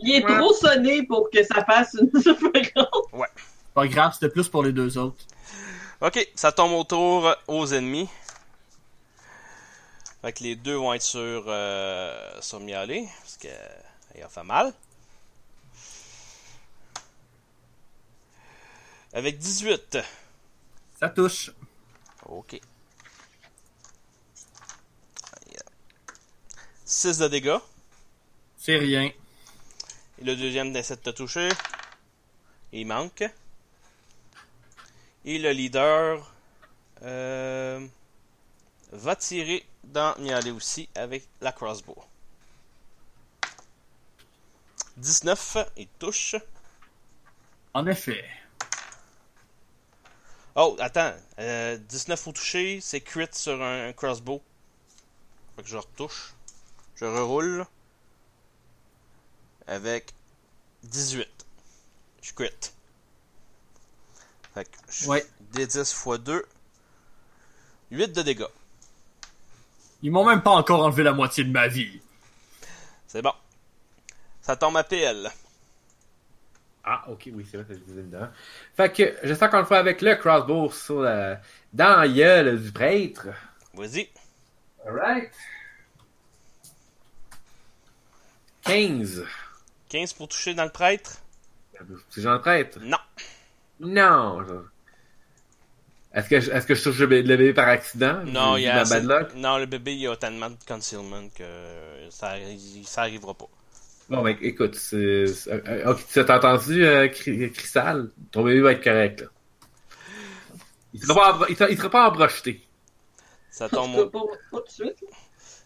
C: Il est trop sonné pour que ça fasse une différence.
D: Pas grave, c'était plus pour les deux autres.
A: Ok, ça tombe autour aux ennemis. Fait que les deux vont être sur, euh, sur Mialet, parce que euh, il a fait mal. Avec 18.
D: Ça touche.
A: Ok. 6 de dégâts.
D: C'est rien.
A: Et le deuxième d'essaie de te toucher. Il manque. Et le leader euh, va tirer dans Mialet aussi avec la crossbow. 19, il touche.
D: En effet.
A: Oh, attends. euh, 19 au toucher, c'est crit sur un, un crossbow. Fait que je retouche. Je reroule. Avec 18. Je crit. Fait que je
D: Ouais.
A: D10 x 2. 8 de dégâts.
D: Ils m'ont même pas encore enlevé la moitié de ma vie.
A: C'est bon. Ça tombe à PL.
B: Ah, ok, oui, c'est vrai, c'est visible dedans. Fait que, je suis encore une fois avec le crossbow sur la... dans la gueule du prêtre.
A: Vas-y.
B: Alright. 15.
A: 15 pour toucher dans le prêtre.
B: C'est Jean le prêtre.
A: Non.
B: Non. je- Est-ce que, je- est-ce que je touche le bé- le bébé par accident?
A: Non,
B: J'ai
A: il y
B: dit
A: a
B: ma
A: assez-
B: bad luck.
A: non, le bébé, il a tellement de concealment que ça, ça arrivera pas.
B: Bon, ben, écoute, c'est, c'est- euh, ok, tu as entendu, euh, Cri- Cristal? Ton bébé va être correct, là. Il sera pas, embro- il sera, il sera pas embrocheté.
A: Ça
C: En
A: tombe
C: tout
A: au
C: cas, pas, pas tout de suite. là.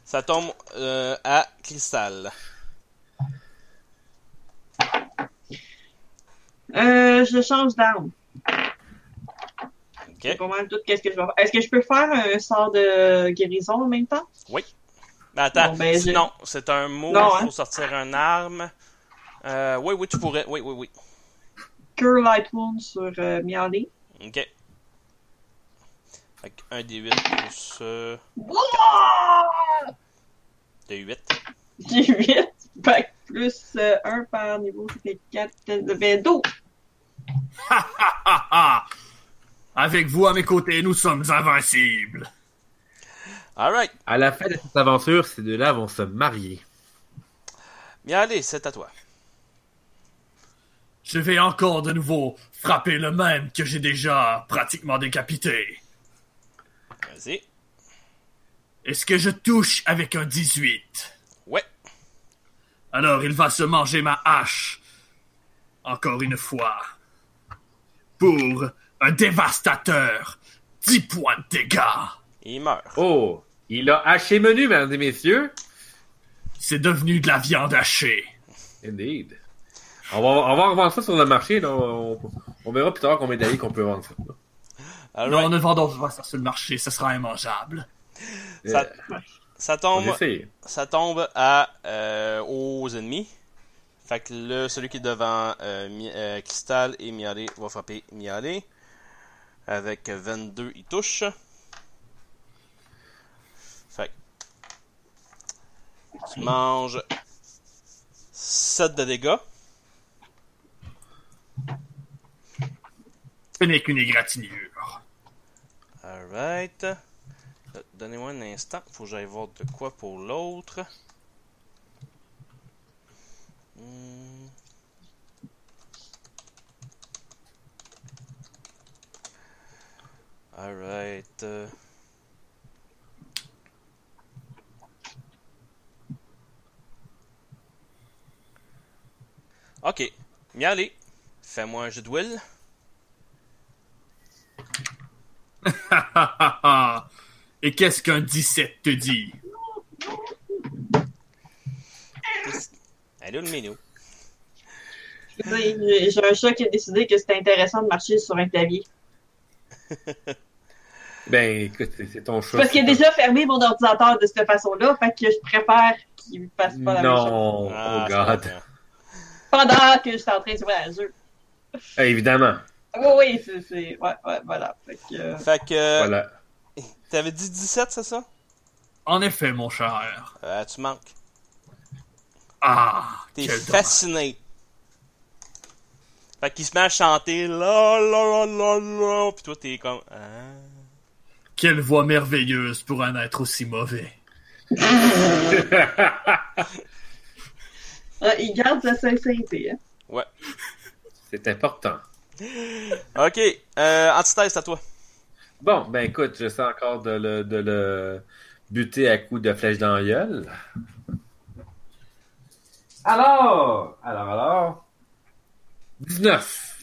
A: Ça tombe euh, à cristal.
C: Euh, je change d'arme.
A: Ok.
C: C'est pas mal tout qu'est-ce que je vais faire. Est-ce que je peux faire un sort de guérison en même temps?
A: Mais attends,
C: Bon, ben, j'ai-
A: non, c'est un mot.
C: Non,
A: Il
C: hein.
A: faut sortir un arme. Euh, oui, oui, tu pourrais. Oui, oui, oui.
C: Cure Light Wound sur euh, Miaolé.
A: Ok. Fait que 1 D8 plus euh, D8.
C: J'ai 8. Fait que plus 1 par niveau, ça fait 4. Ben, 12.
D: Ah ah! Avec vous à mes côtés, nous sommes invincibles.
A: Alright.
B: À la fin de cette aventure, ces deux-là vont se marier.
A: Bien, allez, c'est à toi.
D: Je vais encore de nouveau frapper le même que j'ai déjà pratiquement décapité.
A: Vas-y.
D: Est-ce que je touche avec un 18?
A: Ouais.
D: Alors il va se manger ma hache. Encore une fois. Pour un dévastateur. 10 points de dégâts.
A: Il meurt.
B: Oh! Il a haché menu, mesdames et messieurs!
D: C'est devenu de la viande hachée.
B: Indeed. On va, on va revendre ça sur le marché, là. On, on verra plus tard combien d'années qu'on peut vendre ça.
D: Non,
A: Alright.
D: ne vendons pas ça sur le marché, ça sera immangeable.
A: Ça,
D: euh,
B: Euh,
A: ça
B: on
A: tombe.
B: essaie.
A: Ça tombe à euh, aux ennemis. Fait que le, celui qui est devant euh, Mi- euh, Cristal et Mialé va frapper Mialé. Avec 22, il touche. Fait que tu manges 7 de dégâts.
D: Ce n'est qu'une égratignure.
A: Alright. Euh, Donnez-moi un instant, faut que j'aille voir de quoi pour l'autre. Hmm. Alright. euh. Ok. Mialy, fais-moi un jeu de will.
D: Ha, ha, ha, ha. Et qu'est-ce qu'un 17 te dit?
A: Elle est où le menu?
C: Je veux dire, J'ai un chat qui a décidé que c'était intéressant de marcher sur un clavier.
B: Ben, écoute, c'est- c'est ton choix.
C: Parce qu'il a déjà fermé mon ordinateur de cette façon-là, fait que je préfère qu'il fasse pas la même chose.
B: Non,
A: Ah,
B: oh
A: je
B: god.
A: comprends.
C: Pendant que je suis en train de jouer à un jeu. Ah
B: Ah, évidemment.
C: Oui, oui, c'est- c'est. Ouais, ouais, voilà. Fait que. euh,
A: Fait que. euh,
B: Voilà.
A: T'avais dit 17, c'est ça?
D: En effet, mon cher.
A: Euh, tu manques.
D: Ah,
A: T'es
D: quel
A: fasciné. Fait qu'il se met à chanter la la la la la. Pis toi t'es comme. Ah.
D: Quelle voix merveilleuse pour un être aussi mauvais.
C: ah, il garde sa sincérité. Hein.
B: C'est important.
A: Ok, euh, antithèse, c'est à toi.
B: Bon, ben écoute, je sais encore de le, de le buter à coups de flèche dans la gueule. Alors, alors, alors. 19.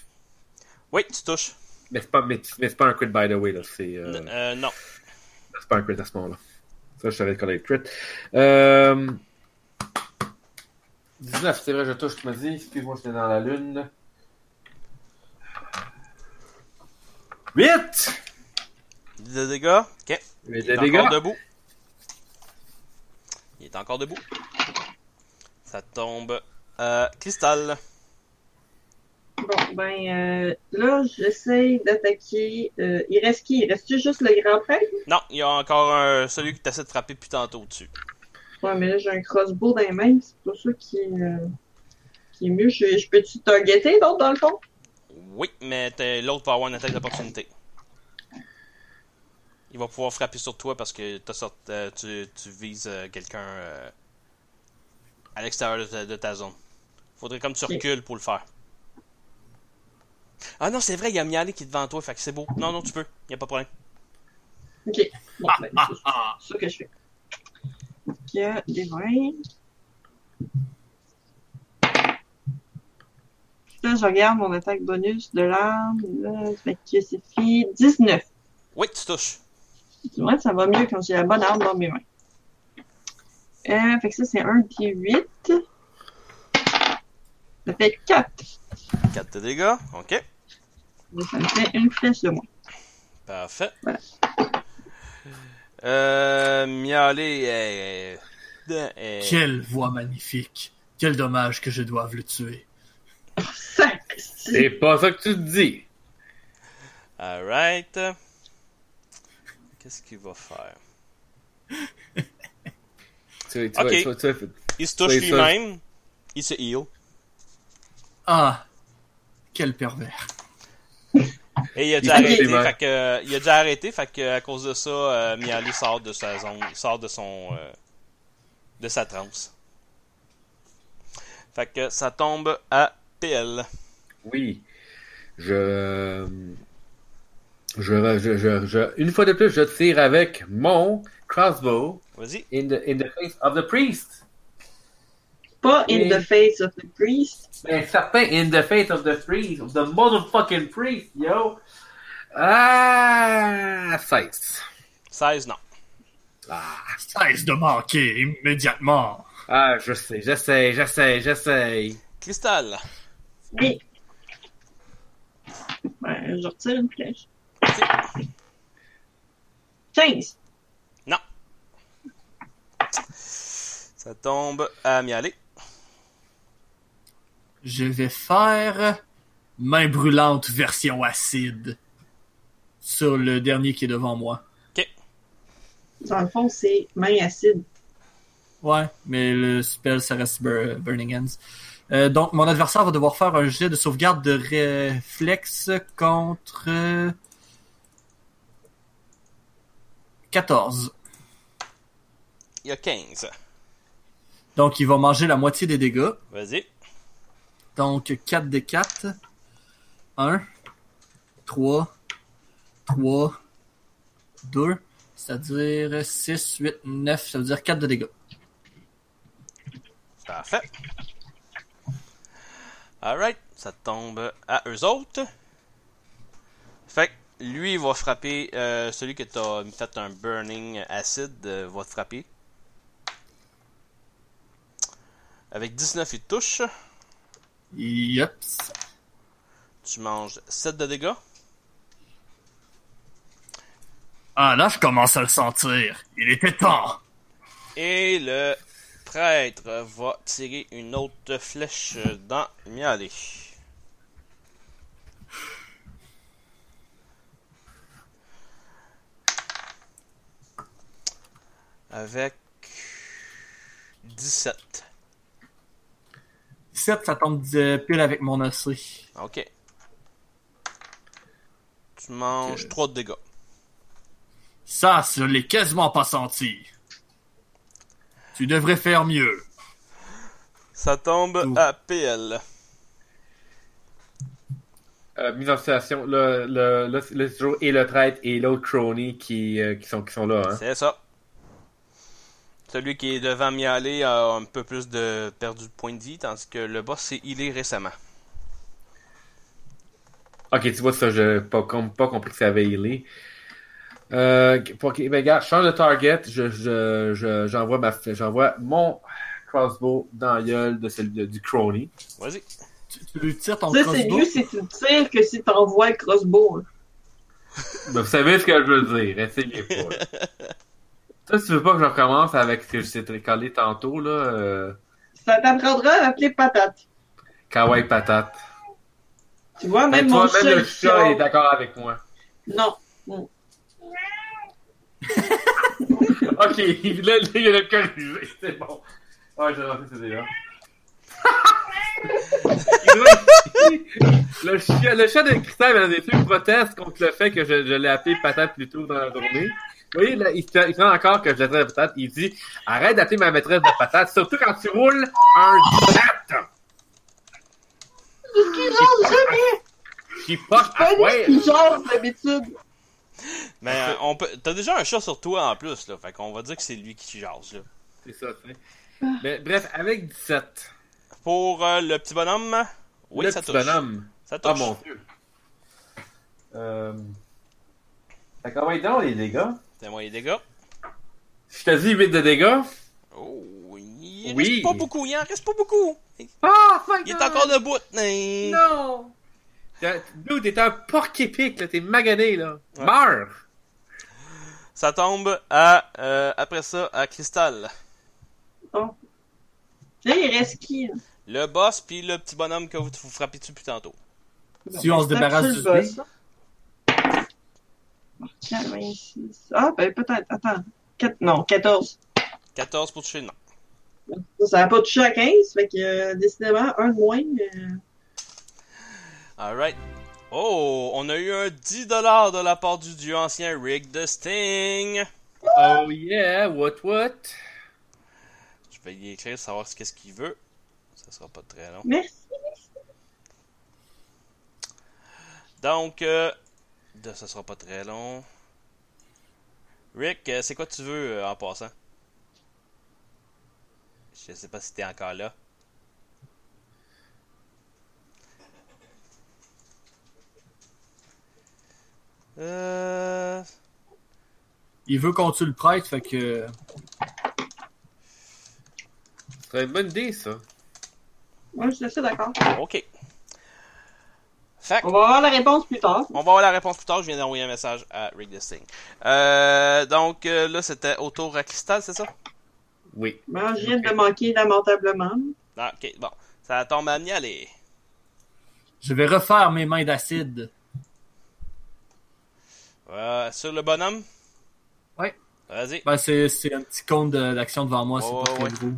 A: Oui, tu touches.
B: Mais c'est pas, mais, mais c'est pas un crit, by the way, là. C'est, euh,
A: N- euh, non.
B: c'est pas un crit à ce moment-là. Ça, je savais qu'on allait crit. Euh... 19, c'est vrai, je touche, tu m'as dit. Excuse-moi, j'étais dans la lune. 8!
A: Des dégâts. Ok. Il
B: Mais
A: est
B: des
A: encore
B: dégâts.
A: debout. Il est encore debout. Ça tombe. Euh, cristal.
C: Bon, ben, euh, là, j'essaye d'attaquer. euh, il reste qui Il reste juste le grand prêtre
A: Non, il y a encore un, celui qui t'essaie de frapper plus tantôt dessus.
C: Ouais, mais là, j'ai un crossbow dans les mains. C'est pas ça qui, est, euh, qui est mieux. Je, je peux-tu targeter l'autre, dans le fond
A: Oui, mais t'es- l'autre va avoir une attaque d'opportunité. Il va pouvoir frapper sur toi parce que t'as sort- euh, tu, tu vises euh, quelqu'un euh, à l'extérieur de ta, de ta zone. Faudrait comme tu
C: Ok.
A: recules pour le faire. Ah non, c'est vrai, il y a Miali qui est devant toi, fait que c'est beau. Non, non, tu peux, y a pas de problème.
C: Ok. Bon, ben,
D: Ah,
C: c'est
D: ah.
C: ça que je fais. Ok, des 20. Là, je regarde mon attaque bonus de l'arme. Là, Fait que c'est fini. 19.
A: Oui, tu touches.
C: Du moins, ça va mieux quand j'ai la bonne arme dans mes mains. Euh, fait que ça, c'est un d 8. Ça fait 4.
A: 4 de dégâts, ok,
C: Ça me fait une flèche de moins.
A: parfait.
C: Voilà.
A: Euh, Miali est... est-
D: Quelle voix magnifique. Quel dommage que je doive le tuer.
C: Sacré.
B: C'est pas ça que tu te dis.
A: Alright. Qu'est-ce qu'il va faire?
B: Tu, tu, vas-
A: Ok.
B: tu, vas- tu, vas-
A: Il se
B: touche
A: touche
B: Oui, ça-
A: lui-même. Il se heal.
D: Ah, quel pervers.
A: Et il a
B: Il
A: déjà
C: touche
A: arrêté.
B: lui-même.
A: Fait que, il a déjà arrêté. Fait que, à cause de ça, euh, Miali sort de sa zone. Il sort de son. euh, de sa transe. Fait que ça tombe à PL.
B: Oui. Je... Je, je, je, je- Une fois de plus, je tire avec mon crossbow
A: Vas-y.
B: in the, in the face of the priest.
C: Pas in the face of the priest.
B: Ben, certain, in the face of the priest, of the motherfucking priest, yo. Ah, 16.
A: 16, non.
B: Ah,
D: Cesse de manquer immédiatement.
B: ah, je sais, j'essaie, j'essaie, j'essaie.
A: Cristal.
C: Oui. Ben, je retire une flèche. 15.
A: Ça tombe à Miali.
D: Je vais faire main brûlante version acide sur le dernier qui est devant moi.
C: Dans le fond, c'est main acide.
D: Ouais, mais le spell, ça reste Bur- Burning Hands. Euh, donc, mon adversaire va devoir faire un jet de sauvegarde de réflexe contre euh, 14.
A: Il y a 15.
D: Donc, il va manger la moitié des dégâts.
A: Vas-y.
D: Donc, 4 des 4. 1, 3, 3, 2, c'est-à-dire 6, 8, 9, ça veut dire 4 de dégâts.
A: Parfait. Alright, ça tombe à eux autres. Fait que lui il va frapper euh, celui que t'as fait un burning acid euh, va te frapper. Avec 19 il te touche,
D: Yep.
A: tu manges 7 de dégâts.
D: Ah là, je commence à le sentir. Il était temps.
A: Et le prêtre va tirer une autre flèche dans Mialé. Avec 17.
D: 7, ça tombe de- pile avec mon AC.
A: Ok. Tu manges
D: Ok.
A: 3 de dégâts.
D: Ça, je l'ai quasiment pas senti. Tu devrais faire mieux.
A: Ça tombe
D: Ouh.
A: à PL.
B: Euh, mise en situation, le, le, le, le Zero et le traître et l'autre crony qui, euh, qui, sont, qui sont là. Hein.
A: C'est ça. Celui qui est devant Mialé a un peu plus de perdu de points de vie, tandis que le boss s'est healé récemment.
B: Ok, tu vois, ça, je pas, com- pas compris que ça avait healé. Euh, pour, ok, ben, gars, je change de target, je, je, je, j'envoie, ma, j'envoie mon crossbow dans la gueule de celui de- du crony.
A: Vas-y.
D: Tu, tu lui tires ton
C: Ça, c'est
D: crossbow.
C: mieux si tu le tires que si t'envoies le crossbow. hein.
B: Ben, vous savez ce que je veux dire, essayez pas. Toi, si tu veux pas que je recommence avec ce que je t'ai calé tantôt, là, euh,
C: Ça t'apprendra à appeler patate.
B: kawaii patate.
C: Tu vois, même
B: Même,
C: mon
B: Ben, toi,
C: chat,
B: même le
C: il
B: chat
C: sort.
B: est d'accord avec moi.
C: Non.
B: Ok, là, là, il y a le corrigé, c'est bon. Ouais, j'ai rentré ces dégâts. le, chien, le chien de Christian dans des yeux proteste contre le fait que je, je l'ai appelé patate plus tôt dans la journée. Vous voyez, là, il se il se rend encore que je l'appelle patate. Il dit Arrête d'appeler ma maîtresse de patate, surtout quand tu roules un patate.
C: Qui genre jamais!
B: Qui porte
C: Pas
B: à Ah, ouais.
C: lui qui genre d'habitude.
A: Mais euh, on peut. T'as déjà un chat sur toi en plus, là. Fait qu'on va dire que c'est lui qui jase, là.
B: C'est ça, tu sais. Mais bref, avec 17,
A: Pour euh, le petit bonhomme. Oui,
B: le
A: ça
B: petit
A: touche.
B: bonhomme.
A: Ça touche.
B: Ah mon dieu. Euh... Fait comment ils donnent les dégâts?
A: T'as moyen de dégâts.
B: Je te dis 8 de dégâts.
A: Oh, il
B: Oui.
A: reste pas beaucoup. Il en reste pas beaucoup.
C: Oh,
B: Ah, fuck!
A: Il est encore debout. mais-
B: Non! T'as- Dude, t'es un porc épic, là, t'es magané, là.
A: Ouais.
B: Meurs!
A: Ça tombe à. euh, après ça, à Cristal.
C: Là, il reste qui? là?
A: Le boss, puis le petit bonhomme que vous, vous frappez dessus plus tantôt.
D: Si on se débarrasse du
C: Tape
D: dé.
C: sur le boss. 86. Ah, ben peut-être. Attends. Quatre- Non, 14.
A: 14 pour toucher, non.
C: Ça, ça n'a pas touché à 15, fait que euh, décidément, un de moins. euh,
A: Alright. Oh, on a eu un 10$ de la part du dieu ancien Rick de Sting.
B: Oh yeah, what what?
A: Je vais y écrire, savoir ce qu'est-ce qu'il veut. Ça sera pas très long.
C: Merci.
A: Donc, euh, de- ça sera pas très long. Rick, euh, c'est quoi tu veux euh, en passant? Je sais pas si t'es encore là. Euh...
D: Il veut qu'on tue le prêtre, fait que.
B: C'est une bonne idée, ça.
C: Moi, je suis assez d'accord.
A: Ok. Fait que-
C: On va avoir la réponse plus tard.
A: On va avoir la réponse plus tard. Je viens d'envoyer un message à Rick de Sting. Euh, donc, euh, là, c'était autour à Cristal, c'est ça?
B: Oui.
C: Moi, Ben, je viens de le manquer lamentablement.
A: Ah, ok, bon. Ça tombe à Mialé.
D: Je vais refaire mes mains d'acide.
A: Euh, sur le bonhomme?
D: Ouais.
A: Vas-y.
D: Ben, c'est c'est un petit compte de- d'action devant moi,
A: Ouais,
D: c'est pas
A: ouais,
D: très gros.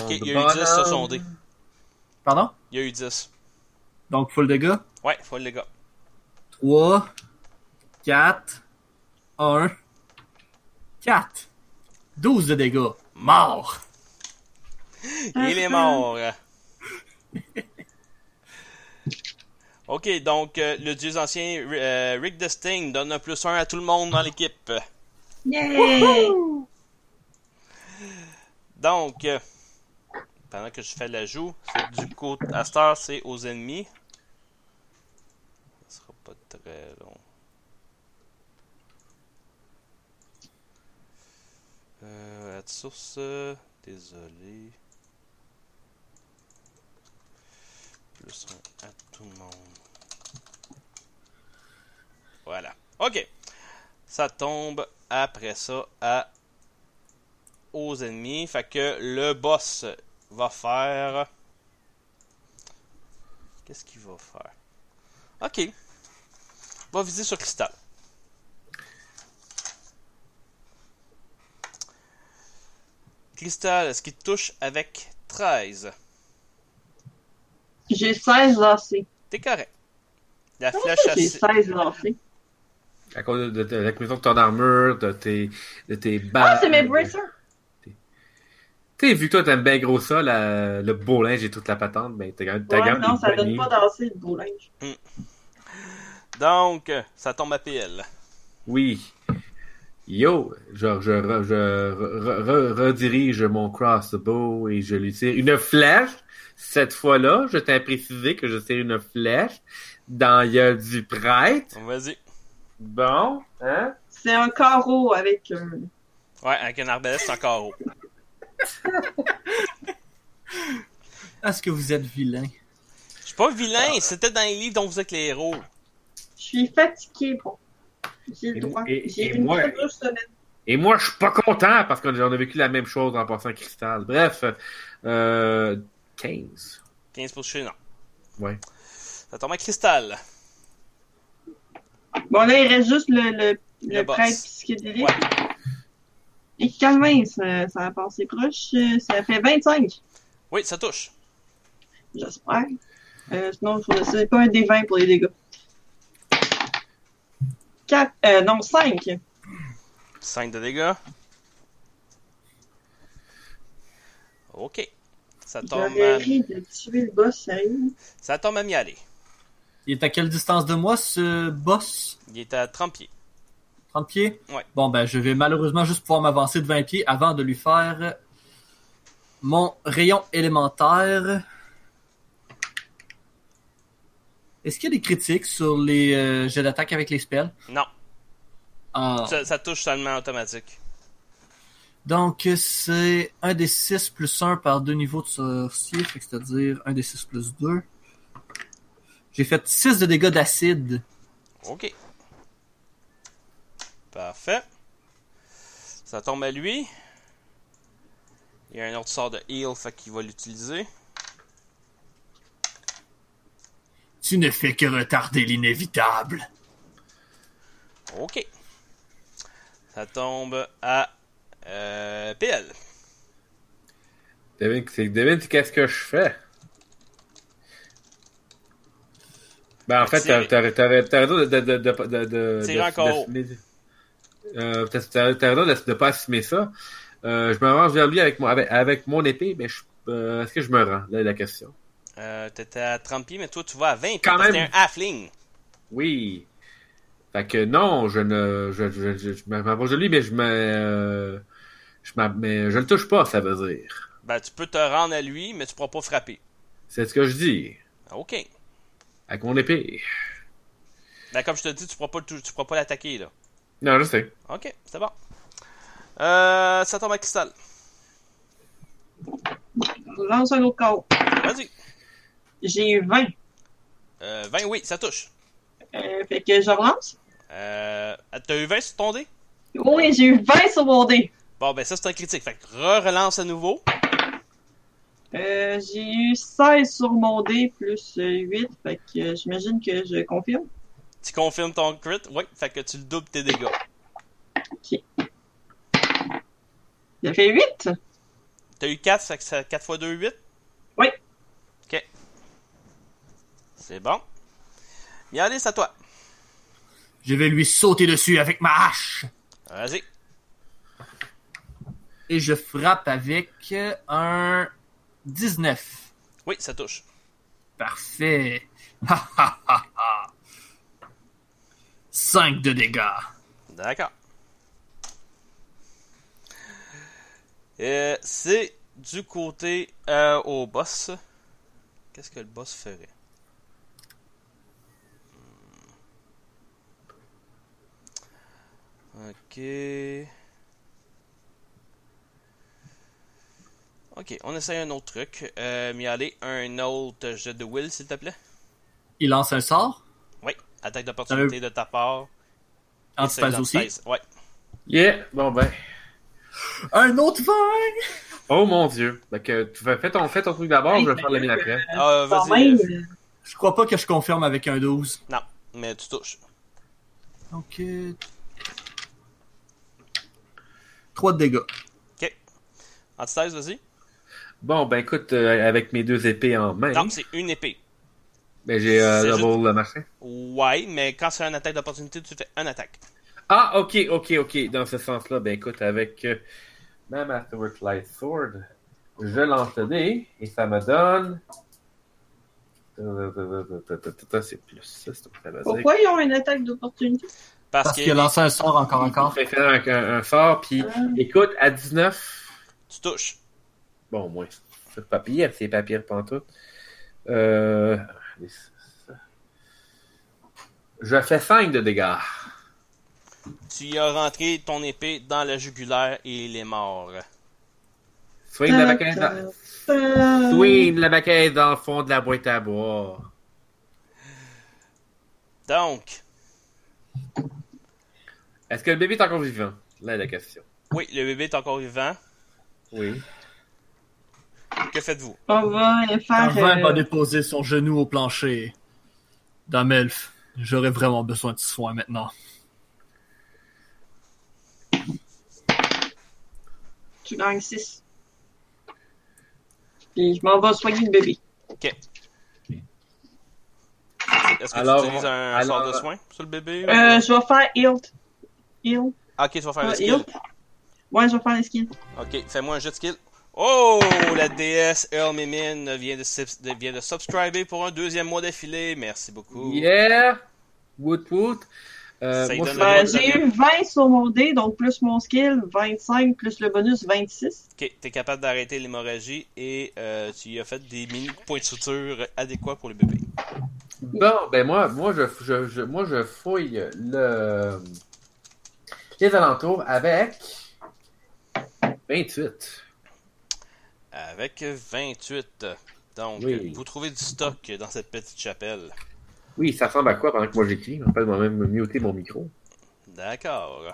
A: Ok,
B: de
A: il y a eu 10 sur son dé.
D: Pardon?
A: Il y a eu 10.
D: Donc, full dégâts.
A: Ouais, faut les gars.
D: 3, 4, 1, 4. 12 de dégâts. Mort!
A: Il est mort. ok, donc euh, le dieu ancien euh, Rick Desting donne un plus 1 à tout le monde dans l'équipe.
C: Yay!
A: Donc, euh, pendant que je fais l'ajout, c'est du côté à cette heure, c'est aux ennemis. Ce sera pas très long. Euh, à source, euh, désolé. Plus un à tout le monde. Voilà. Ok. Ça tombe après ça à aux ennemis. Fait que le boss va faire. Qu'est-ce qu'il va faire Ok. Va viser sur Cristal. Cristal, est-ce qu'il te touche avec 13
C: J'ai 16 lancés.
A: T'es correct. La
C: Comment
A: flèche
C: ça,
A: a
C: J'ai
A: six-
C: 16 lancés.
B: À cause de, de- de la combinaison de ton armure, de tes, de tes
C: Ah,
B: balles.
C: c'est mes bracers!
B: Tu sais, vu que toi, t'aimes bien gros ça, la- le beau linge et toute la patente, ben, t'as quand même, t'as
C: Ouais,
B: quand même
C: non,
B: des
C: ça donne
B: poignées.
C: pas danser le beau linge.
A: Donc, euh, ça tombe à PL.
B: Oui. Yo, je, je, re- je re- re- re- redirige mon crossbow et je lui tire une flèche. Cette fois-là, je t'ai précisé que je tire une flèche dans l'œil du prêtre.
A: Vas-y.
B: Bon, hein?
C: C'est un carreau avec euh, un.
A: Ouais, avec un arbalète, c'est encore haut.
D: Est-ce que vous êtes vilain?
A: Je suis pas
C: Ah.
A: vilain, c'était dans les livres dont vous êtes les héros.
C: Je suis fatiguée, bon. J'ai le
B: Et-
C: droit.
B: et-
C: J'ai
B: et
C: une
B: moi-
C: douce semaine.
B: Et moi, je suis pas content parce qu'on on a vécu la même chose en passant cristal. Bref, euh, 15.
A: 15 pour toucher, non.
B: Ouais.
A: Ça tombe à Cristal.
C: Bon, là, il reste juste le, le, le,
A: Le boss.
C: prêtre psychédélique.
A: Ouais.
C: Et quand même, ça, ça a passé proche. Euh, Ça fait 25,
A: Oui, ça touche.
C: j'espère. Euh, sinon, je- c'est pas un des 20 pour les dégâts. 4, euh, non, 5.
A: 5 de dégâts. Ok. Ça tombe
C: J'aurais
A: à,
C: ri de tuer le boss, sérieux.
A: ça tombe à m'y aller.
D: Il est à quelle distance de moi, ce boss?
A: Il est à 30 pieds.
D: 30 pieds?
A: Ouais.
D: Bon, ben, je vais malheureusement juste pouvoir m'avancer de 20 pieds avant de lui faire euh, mon rayon élémentaire. Est-ce qu'il y a des critiques sur les euh, jets d'attaque avec les spells?
A: Non,
D: Ah.
A: ça, ça touche seulement automatique.
D: Donc, c'est 1 des 6 plus 1 par deux niveaux de sorcier, fait que c'est-à-dire 1 des 6 plus 2. J'ai fait 6 de dégâts d'acide.
A: Ok. Parfait. Ça tombe à lui. Il y a un autre sort de heal, fait qu'il va l'utiliser.
D: Tu ne fais que retarder l'inévitable.
A: Ok. Ça tombe à euh, PL.
B: Devine, c'est- devine qu'est-ce que je fais. Ben, en fait, t'aurais
A: Tirer.
B: t'aurais- t'aurais- t'aurais raison de... de, de, de, de, de
A: Tirer
B: de-
A: encore
B: d'assumer- Euh, t'as- T'as t'as raison de, de pas assumer ça. Euh, je me rends vers lui avec mon, avec, avec mon épée, mais je- euh, est-ce que je me rends? Là, est la question.
A: Euh, T'étais à 30 pieds, mais toi tu vas à 20 pieds.
B: Quand
A: parce que T'es
B: même.
A: un halfling.
B: Oui. Fait que non, je ne... Je, je, je, je m'approche de lui, mais je me... euh, je, m'a- mais je le touche pas, ça veut dire.
A: Ben, tu peux te rendre à lui, mais tu pourras pas frapper.
B: C'est ce que je dis.
A: Ok.
B: Avec mon épée.
A: Ben, comme je te dis, tu pourras pas, le tou- tu pourras pas l'attaquer, là.
B: Non, je sais.
A: Ok, c'est bon. Euh, ça tombe à cristal.
C: Lance un autre carreau.
A: Vas-y.
C: J'ai 20.
A: Euh, 20, oui, ça touche.
C: Euh, fait que je relance. Oh
A: Euh, t'as eu 20 sur ton dé?
C: Oui, j'ai eu 20 sur mon dé.
A: Bon, ben, ça, c'est un critique. Fait que re-relance à nouveau.
C: Euh, j'ai eu 16 sur mon dé plus euh, 8, fait que euh, j'imagine que je confirme.
A: Tu confirmes ton crit. Oui, fait que tu le doubles tes dégâts.
C: Ça fait 8.
A: T'as eu 4, fait que ça 4 x 2, 8?
C: Oui.
A: Ok. C'est bon. Bien, allez, c'est à toi.
D: Je vais lui sauter dessus avec ma hache.
A: Vas-y.
D: Et je frappe avec euh, un 19.
A: Oui, ça touche.
D: Parfait. 5 de dégâts.
A: D'accord. Euh, c'est du côté euh, au boss. Qu'est-ce que le boss ferait? Hmm. Ok. Ok, on essaye un autre truc. Euh, mais allez, un autre jet de will, s'il te plaît.
D: Il lance un sort.
A: Oui, attaque d'opportunité de ta part.
D: Antiphase aussi.
A: Synthèse, Ouais.
B: Yeah, bon ben.
D: Un autre 20!
B: Oh mon dieu. Fait que tu fais fais ton, fais ton truc d'abord,
C: Hey,
B: je vais faire le mien après.
A: Ah,
C: Quand
A: vas-y.
C: même,
A: euh,
C: euh,
D: Je crois pas que je confirme avec un 12.
A: Non, mais tu touches.
D: Donc, euh, 3 de dégâts.
A: Antithèse, vas-y.
B: Bon, ben écoute, euh, avec mes deux épées en main,
A: Non, c'est une épée.
B: ben, j'ai euh,
A: c'est
B: double
A: juste-
B: le machin.
A: Ouais, mais quand c'est un attaque d'opportunité, tu fais un attaque.
B: Ah, ok, ok, ok. Dans ce sens-là, ben écoute, avec euh, ma Masterwork Light Sword, je lance le dé et ça me donne. C'est plus ça, c'est ça veut dire.
C: Pourquoi ils ont une attaque d'opportunité?
A: Parce,
D: Parce
A: que
D: qu'il a lancé un sort encore, encore.
B: Fait faire un, un, un sort, puis écoute, à 19,
A: tu touches.
B: bon, au moins, sur papier, c'est papier pantoute. Euh, je fais 5 de dégâts.
A: Tu y as rentré ton épée dans la jugulaire et il est mort.
B: Swing la maquette dans...
C: Euh,
B: Swing la maquette dans le fond de la boîte à bois.
A: Donc,
B: Est-ce que le bébé est encore vivant? Là, est la question.
A: oui, le bébé est encore vivant.
B: Oui.
A: Que faites-vous?
C: On va
D: Un
C: faire.
D: vingt
C: euh,
D: va déposer son genou au plancher. Damelf, j'aurais vraiment besoin de soins maintenant.
C: tu gagnes 6. Puis je m'en vais soigner le bébé.
A: Est-ce que
B: Alors,
A: tu utilises un
B: alors-
A: sort de soin sur le bébé?
C: Euh, je vais faire heal. Heal.
A: Ah, ok, tu vas faire un
C: Ouais,
A: skill.
C: heal. Ouais, je vais faire les skills.
A: Ok, fais-moi un jet de skill. Oh, la déesse Earl Mimin vient de, subs- de- vient de subscriber pour un deuxième mois d'affilée. Merci beaucoup.
B: Yeah! Woot woot. Euh,
A: Ça y
B: moi,
A: donne
B: c'est-
A: un
C: Ben,
A: bon
C: j'ai
A: bonus.
C: eu 20 sur mon dé, donc plus mon skill, 25, plus le bonus, 26.
A: Ok, t'es capable d'arrêter l'hémorragie et euh, tu y as fait des mini points de suture adéquats pour le bébé.
B: Bon, ben moi, moi je, je, je- moi, je fouille le... les alentours avec 28.
A: Avec 28. Donc,
B: Oui.
A: vous trouvez du stock dans cette petite chapelle.
B: Oui, ça ressemble à quoi pendant que moi j'écris? Je rappelle moi-même muter mon micro.
A: D'accord.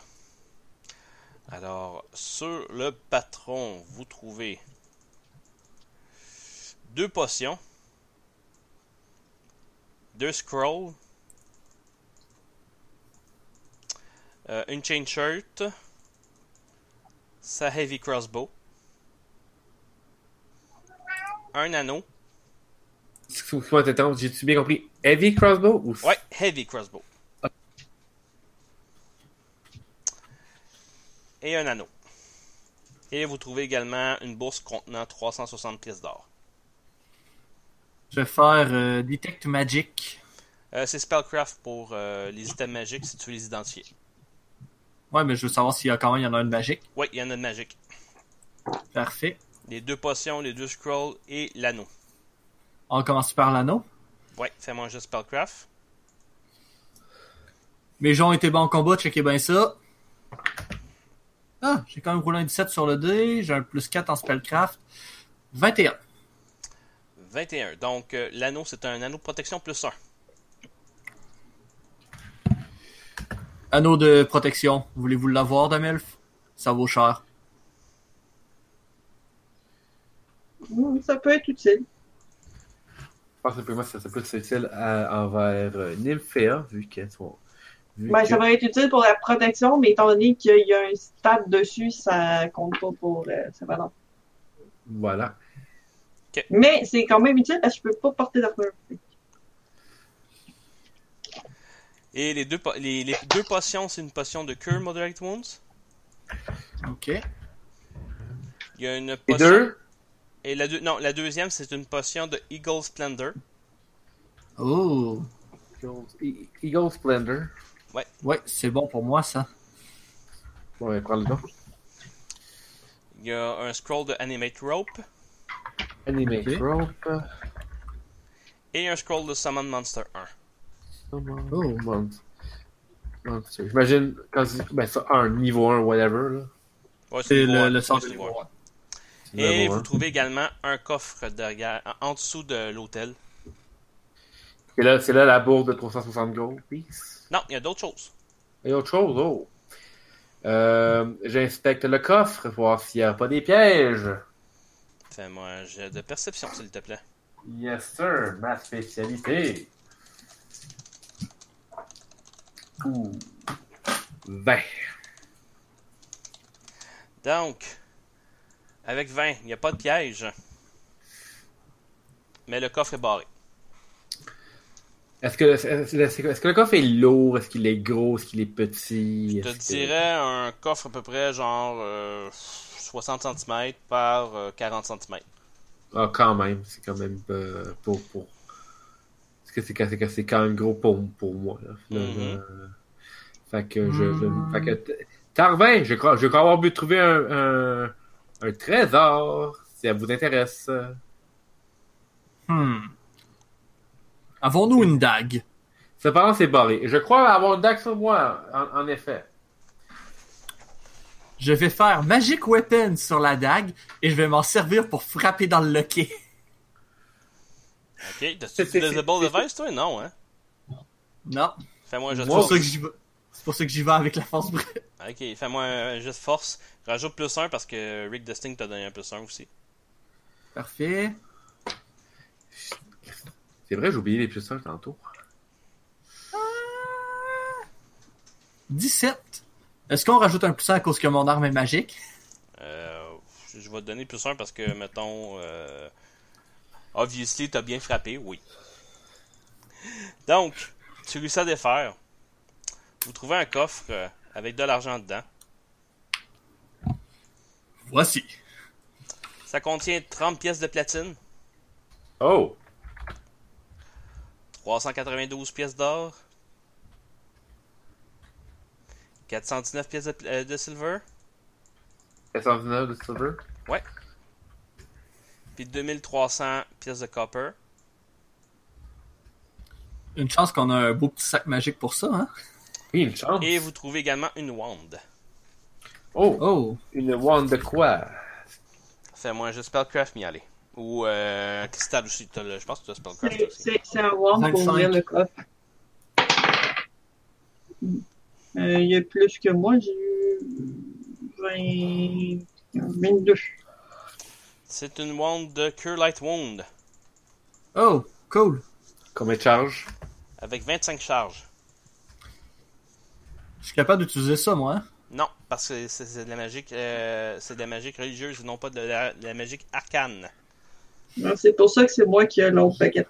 A: Alors, sur le patron, vous trouvez deux potions, deux scrolls, euh, une chain shirt, sa heavy crossbow, un anneau,
B: Excuse-moi, t'attends, j'ai-tu bien compris? Heavy crossbow ou...
A: Ouais, heavy crossbow. Et un anneau. Et vous trouvez également une bourse contenant 360 pièces d'or.
D: Je vais faire euh, Detect Magic.
A: Euh, c'est Spellcraft pour euh, les items magiques si tu veux les identifier.
D: Ouais, mais je veux savoir s'il y a quand même il y en a un de magique.
A: Ouais, il y en a de magique.
D: Parfait.
A: Les deux potions, les deux scrolls et l'anneau.
D: On commence par l'anneau.
A: Ouais, fais-moi un jeu de Spellcraft.
D: Mes gens ont été bons en combat, checkez bien ça. Ah, j'ai quand même roulé un 17 sur le dé, j'ai un plus 4 en spellcraft. 21.
A: 21. Donc, euh, l'anneau, c'est un anneau de protection plus 1.
D: Anneau de protection, voulez-vous l'avoir, Damelf? Ça vaut cher.
C: Hmm, ça peut être utile.
B: Ah, euh, Je pense que pour moi, ça, ça peut être utile à- envers euh, Nymphea, vu qu'elle son-
C: Ben, ça va être utile pour la protection, mais étant donné qu'il y a un stade dessus, ça compte pas pour. euh, ça va non.
B: Voilà.
C: Mais c'est quand même utile parce que je peux pas porter d'armure.
A: Et les deux, po- les, les deux potions, c'est une potion de Cure Moderate Wounds.
D: Ok.
A: Il y a une
B: Et
A: potion.
B: deux,
A: Et la, deux- non, la deuxième, c'est une potion de Eagle Splendor.
D: Oh.
B: Eagle- Eagle E-, Splendor.
D: Ouais, c'est bon pour moi, ça.
B: Bon, ben, prends le don.
A: Il y a un scroll de Animate Rope.
B: Animate
D: Ok.
B: Rope.
A: Et un scroll de Summon Monster 1.
B: Oh, mon... Monster. J'imagine, quand tu dis, ben, ça, un niveau 1, whatever, là.
A: Ouais,
D: C'est
A: niveau
D: le,
A: un,
D: le
A: c'est
D: sort de
A: niveau
D: niveau
A: un.
D: un.
A: Et
B: Level
A: Eh, vous
B: un.
A: trouvez également un coffre derrière, en- en dessous de l'hôtel.
B: Et là, c'est là la bourse de 360 gold. Peace.
A: Non, il y a d'autres choses.
B: Et autre chose, oh. Euh, J'inspecte le coffre pour voir s'il n'y a pas des pièges.
A: Fais-moi un jet de perception, s'il te plaît.
B: Yes, sir, ma spécialité. Ouh. 20.
A: Donc, avec 20, il n'y a pas de piège. Mais le coffre est barré.
B: Est-ce que, est-ce que- est-ce que le coffre est lourd? Est-ce qu'il est gros? Est-ce qu'il est petit?
A: Je te
B: Est-ce que-
A: dirais un coffre à peu près genre euh, 60 cm par euh, 40 cm.
B: Ah, quand même. C'est quand même euh, pour, pour... Parce que c'est, quand- c'est, quand- c'est quand même gros pour, pour moi. Là. Là,
A: Mhm.
B: là. Fait que je... je- fait que t- Tarvin, je crois, je crois avoir pu trouver un, un, un trésor, si ça vous intéresse.
D: Hmm. Avons-nous une dague?
B: Cependant, c'est barré. Je crois avoir une dague sur moi, en, en effet.
D: Je vais faire Magic Weapon sur la dague et je vais m'en servir pour frapper dans le loquet.
A: Ok,
B: C'est-
A: t'as-tu
B: c'est-
A: du Visible Device, toi Non, hein
D: Non.
A: Fais-moi un jet de
D: C'est pour
B: Wow.
A: force.
D: ça que j'y vais. C'est pour ça que j'y vais avec la force brute.
A: Ok, fais-moi un jet de force. Rajoute plus 1 parce que Rick Dusting t'a donné un plus 1 aussi.
D: Parfait.
B: C'est vrai, j'ai oublié les plus 1 tantôt.
D: 17. Est-ce qu'on rajoute un plus un à cause que mon arme est magique?
A: Euh, je je vais te donner plus 1 parce que, mettons, euh, obviously, t'as bien frappé, oui. Donc, tu réussis à défaire. Vous trouvez un coffre euh, avec de l'argent dedans.
D: Voici.
A: Ça contient 30 pièces de platine,
B: Oh!
A: 392 pièces d'or, 419 pièces de, pl- euh, de silver,
B: 419 de silver.
A: puis 2300 pièces de copper.
D: Une chance qu'on a un beau petit sac magique pour ça, hein?
B: Oui, une chance.
A: Et vous trouvez également une wand.
B: Oh!
D: Oh.
B: Une wand de quoi?
A: Fais-moi un Spellcraft, m'y aller. Ou euh, Cristal aussi, t'as le- je pense que tu as Spellcraft
C: C'est-
A: aussi.
C: C'est c'est un wand pour
D: 25.
C: ouvrir le coffre. Euh, il y a plus que moi, j'ai eu 20... 22.
A: C'est une wand de Cure Light Wound
D: Oh. Cool.
B: Combien de charge?
A: avec 25 charges.
D: Je suis capable d'utiliser ça, moi. hein?
A: Non, parce que c'est c'est de la magie, euh, c'est de la magie religieuse et non pas de la, de la magie arcane.
C: Alors, C'est pour ça que c'est moi qui ai l'autre paquet.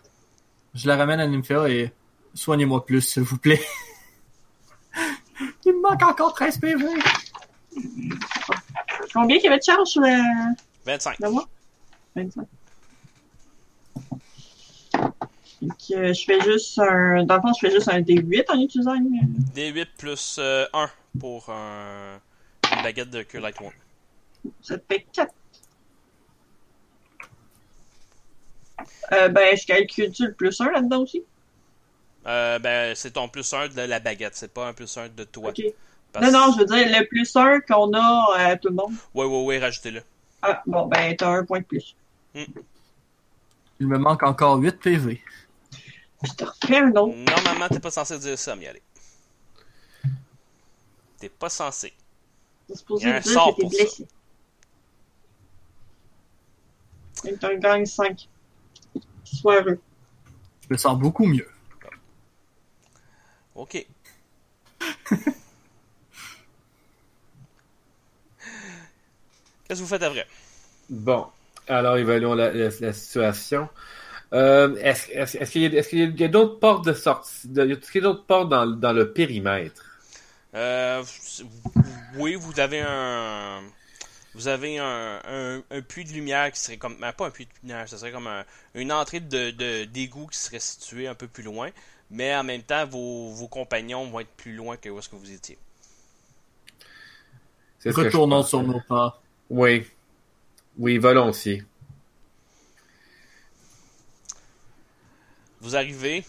D: Je la ramène à Nymphea et soignez-moi plus, s'il vous plaît. Il me manque encore 13 PV.
C: Combien qu'il y avait de charge sur la...
A: 25.
C: la moi? 25. Donc, euh, je fais juste un... Dans le fond, je fais juste un D8 en utilisant une...
A: D8 plus euh, 1 pour un- une baguette de Cure Light Wound.
C: Ça te fait 4. Euh, ben, je calcule-tu le plus 1 là-dedans aussi?
A: Euh, ben, c'est ton plus 1 de la baguette, c'est pas un plus 1 de toi.
C: Ok.
A: Parce-
C: Non, non, je veux dire, le plus 1 qu'on a à tout le monde.
A: Ouais, ouais, ouais, rajoutez-le.
C: Ah, bon, ben, t'as un point de plus.
D: Il me manque encore 8 PV.
C: Je te refais un autre.
A: Normalement, t'es pas censé dire ça, Miali. T'es pas censé.
C: T'es
A: Il
C: supposé
A: y a un
C: me dire
A: sort
C: que t'es
A: pour ça.
C: blessé. Et t'en gagnes 5. Sois heureux.
D: Je me sens beaucoup mieux.
A: Ok. Qu'est-ce que vous faites après?
B: Bon, alors évaluons la, la- la situation. Euh, est-ce, est-ce- est-ce qu'il y a, est-ce qu'il y a- il y a d'autres portes de sortie? de- Est-ce qu'il y a d'autres portes dans, dans le périmètre?
A: Euh, vous- oui, vous avez un. Vous avez un, un, un puits de lumière qui serait comme. mais pas un puits de lumière, ce serait comme un- une entrée de, de, d'égout qui serait située un peu plus loin. Mais en même temps, vos, vos compagnons vont être plus loin que où est-ce que vous étiez.
B: C'est ce que je
D: Retournons
B: pense.
D: sur nos pas.
B: Oui. Oui, volontiers.
A: Vous arrivez.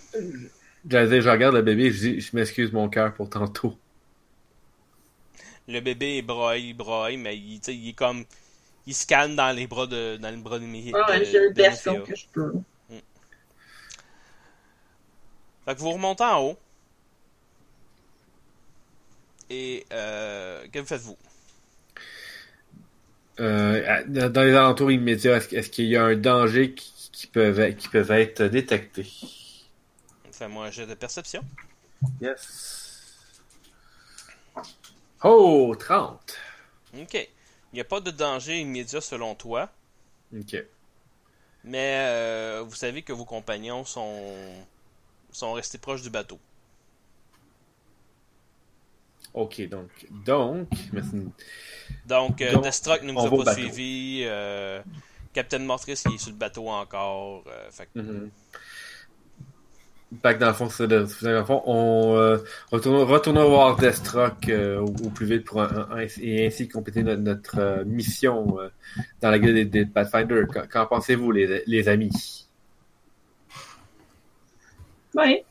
B: J'allais dire, je regarde le bébé et je dis, je m'excuse mon cœur pour tantôt.
A: Le bébé il broille, il broille, mais il, tu sais, il est comme. Il se calme dans les bras de. Dans les bras de, Mi-
C: Ah,
A: de-
C: j'ai le
A: de
C: best
A: Néphia.
C: que je peux.
A: Fait que vous remontez en haut. Et. Euh, que faites-vous?
B: Euh, à- dans les alentours immédiats, est-ce, est-ce qu'il y a un danger qui, qui, peuvent, être- qui peuvent être détectés?
A: Fais-moi un jet de perception.
B: Yes. Oh, 30.
A: Ok. Il n'y a pas de danger immédiat selon toi,
B: Ok.
A: mais euh, vous savez que vos compagnons sont sont restés proches du bateau.
B: Ok, donc. Donc, merci.
A: Donc, euh,
B: Donc,
A: Destruct ne
B: on
A: vous a
B: va au
A: pas
B: bateau.
A: suivi. euh, Captain Mortrice il est sur le bateau encore. euh, fait que-
B: Mhm. Fait que dans le fond, c'est de- dans le fond, on euh, retournons, retournons voir Deathstroke euh, au, au plus vite pour un- un- et ainsi compléter notre, notre, euh, mission euh, dans la guilde des, des Pathfinder. Qu'en- Qu'en pensez-vous, les, les amis?
C: Ouais.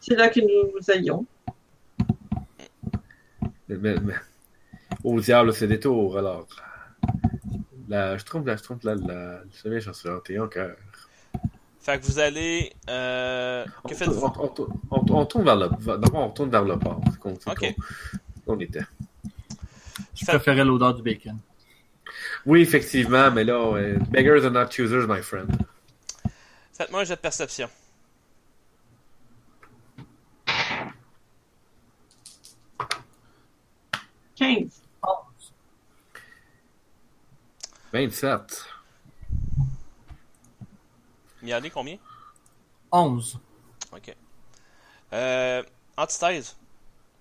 C: C'est là que nous allions.
B: Mais- mais- Au diable, c'est des tours, alors. La, je trompe, la, je trompe, la, la, le sommeil, j'en suis hanté encore.
A: Fait que vous allez. euh,
B: On,
A: que
B: tourne-
A: faites-vous?
B: on, on, on- on tourne vers le, d'abord, on tourne vers le port. c'est qu'on- c'est
A: Ok.
B: qu'on- on était.
D: Je préférais l'odeur du bacon.
B: Oui, effectivement, mais là, euh, beggars are not choosers, my friend.
A: Faites-moi un jet de perception.
C: Quinze.
B: 27.
A: Il y en a combien?
D: 11.
A: Ok. Euh, antithèse.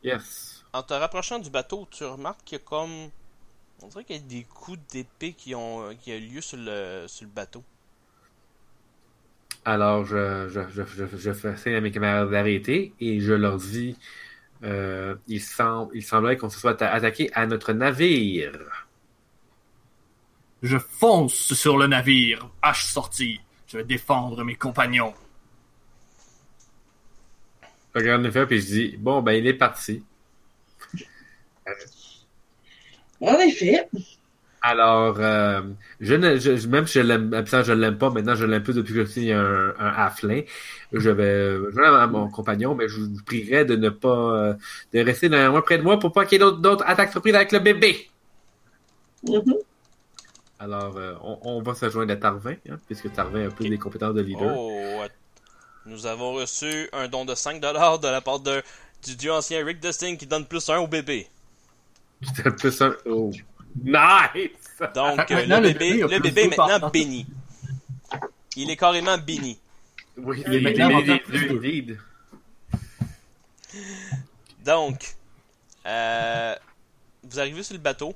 B: Yes.
A: En te rapprochant du bateau, tu remarques qu'il y a comme. On dirait qu'il y a des coups d'épée qui ont qui a lieu sur le, sur le bateau.
B: Alors, je, je, je, je, je fais signe à mes camarades d'arrêter et je leur dis euh, il, semble, il semblerait qu'on se soit atta- attaqué à notre navire.
D: Je fonce sur le navire, hache sortie. Je vais défendre mes compagnons.
B: Je regarde une fois puis je dis bon, ben, il est parti.
C: En effet.
B: Alors, euh, je ne, je, je- même si je l'aime, même si je l'aime pas, maintenant je l'aime plus depuis que je suis un, un halfling. Je vais, je vais à mon compagnon, mais je vous prierai de ne pas, euh, de rester derrière moi, près de moi pour pas qu'il y ait d'autres- d'autres attaques surprises avec le bébé.
C: Mhm.
B: Alors, euh, on, on va se joindre à Tarvin, hein, puisque Tarvin a plus
A: Ok.
B: des compétences de leader.
A: Oh, ouais. nous avons reçu un don de 5$ de la part de, du dieu ancien Rick Dustin qui donne plus un au bébé.
B: J'étais plus un. Oh. Nice!
A: Donc, euh,
D: Ah, Maintenant,
A: le
D: le
A: bébé,
D: bébé a
A: le
D: plus
A: bébé est
D: deux par
A: maintenant
D: contre.
A: béni. Il est carrément béni.
B: Oui,
D: Il est maintenant rendu à plus deux.
B: leads.
A: Donc, euh, vous arrivez sur le bateau.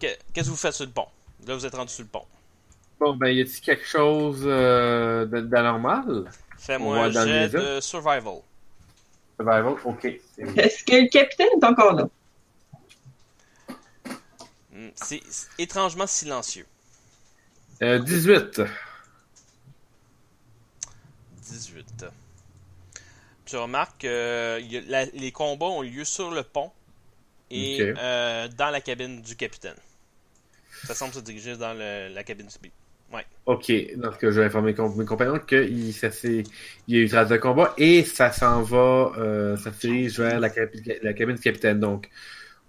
A: Que- Qu'est-ce que vous faites sur le pont? Là, vous êtes rendu sur le pont.
B: Bon, ben, y a-t-il quelque chose euh, d- d'anormal?
A: Fais-moi
B: On va
A: un
B: dans le
A: jet
B: désert.
A: de survival.
B: Survival, ok. c'est-
C: Est-ce que le capitaine est encore là?
A: Hmm, C'est c'est étrangement silencieux.
B: Euh, 18.
A: 18. Tu remarques que y a- la- les combats ont lieu sur le pont et
B: Ok.
A: euh, dans la cabine du capitaine. Ça semble se diriger dans le- la cabine du
B: Ok, donc euh, je vais informer com- mes compagnons qu'il ça s'est- il y a eu trace de combat et ça s'en va, euh, ça se dirige vers la, capi- la cabine du capitaine. Donc,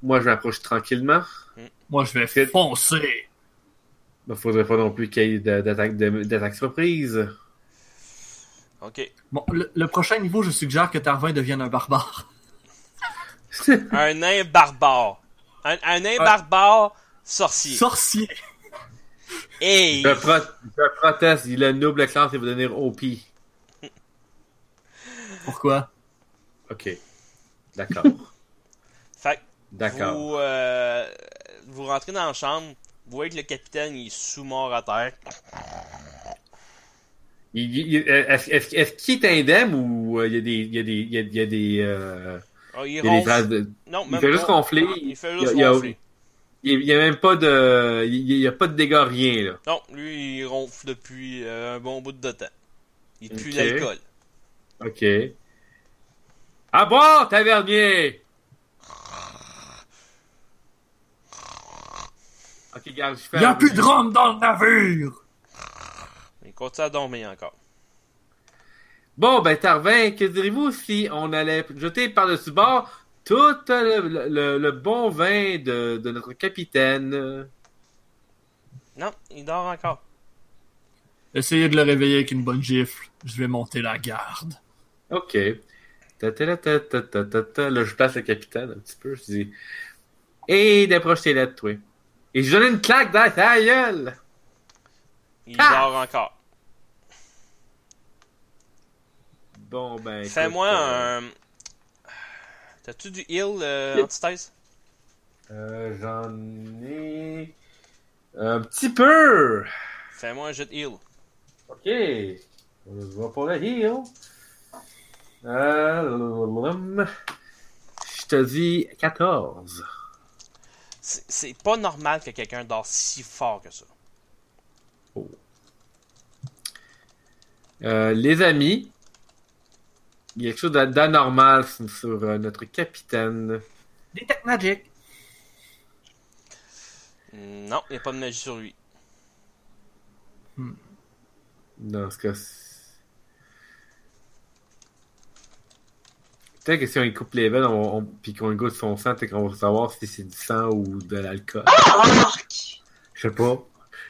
B: moi, je m'approche tranquillement.
D: Moi, je vais
B: C'est-
D: foncer.
B: Il ne faudrait pas non plus qu'il y ait de- d'attaque de- d'attaque surprise.
A: Ok.
D: Bon, le, le prochain niveau, je suggère que Tarvin devienne un barbare.
A: Un nain barbare. Un, un nain barbare sorcier.
D: Sorcier.
A: hey!
B: Je, pro- je proteste, il a une double classe, il va devenir OP.
D: Pourquoi?
B: Ok. D'accord.
A: Fait que
B: D'accord.
A: Vous, euh, vous rentrez dans la chambre, vous voyez que le capitaine il est sous-mort à terre.
B: Il- il- euh, Est-ce est-ce- est-ce qu'il est indemne ou euh, il y a des. Il y a des. Il y a, il y a des. euh,
A: Ah, il
B: il y a des
A: ronfle.
B: traces de-
A: Non,
B: Il
A: même
B: fait juste
A: pas.
B: ronfler.
A: Il fait
B: Il y a-
A: juste
B: il y a-
A: ronfler.
B: Il n'y a même pas de. Il n'y a pas de dégâts, rien, là.
A: Non, lui, il ronfle depuis euh, un bon bout de temps. Il pue
B: Ok.
A: l'alcool.
B: Ok. À boire, tavernier! Ok, garde, je fais.
D: Il y a plus de rhum dans le navire!
A: Il continue à dormir encore.
B: Bon, ben, Tarvin, que direz-vous si on allait jeter par-dessus bord tout le, le- le bon vin de, de notre capitaine?
A: Non, il dort encore.
D: Essayez de le réveiller avec une bonne gifle. Je vais monter la garde.
B: Ok. Ta-ta-ta-ta-ta-ta-ta. Là, je place le capitaine un petit peu. Je dis. Et d'approche tes lettres, toi. Et je donne une claque dans ta gueule!
A: Il
B: Ah!
A: dort encore.
B: Bon, ben. écoute,
A: Fais-moi
B: euh,
A: un. T'as-tu du heal, euh, antithèse
B: euh, J'en ai. Un petit peu!
A: Fais-moi un jeu de heal.
B: Ok. On se voit pour le heal. Euh, Je te dis 14.
A: C'est c'est pas normal que quelqu'un dort si fort que ça.
B: Euh, les amis, il y a quelque chose d'a- d'anormal sur sur, euh, notre capitaine.
D: Detect Magic.
A: Non, il n'y a pas de magie sur lui.
B: Dans ce cas. c'est- Peut-être que si on lui coupe les veines on, on, puis qu'on lui goûte son sang, peut-être qu'on va savoir si c'est du sang ou de l'alcool.
C: Ah! Arc!
B: Je sais pas.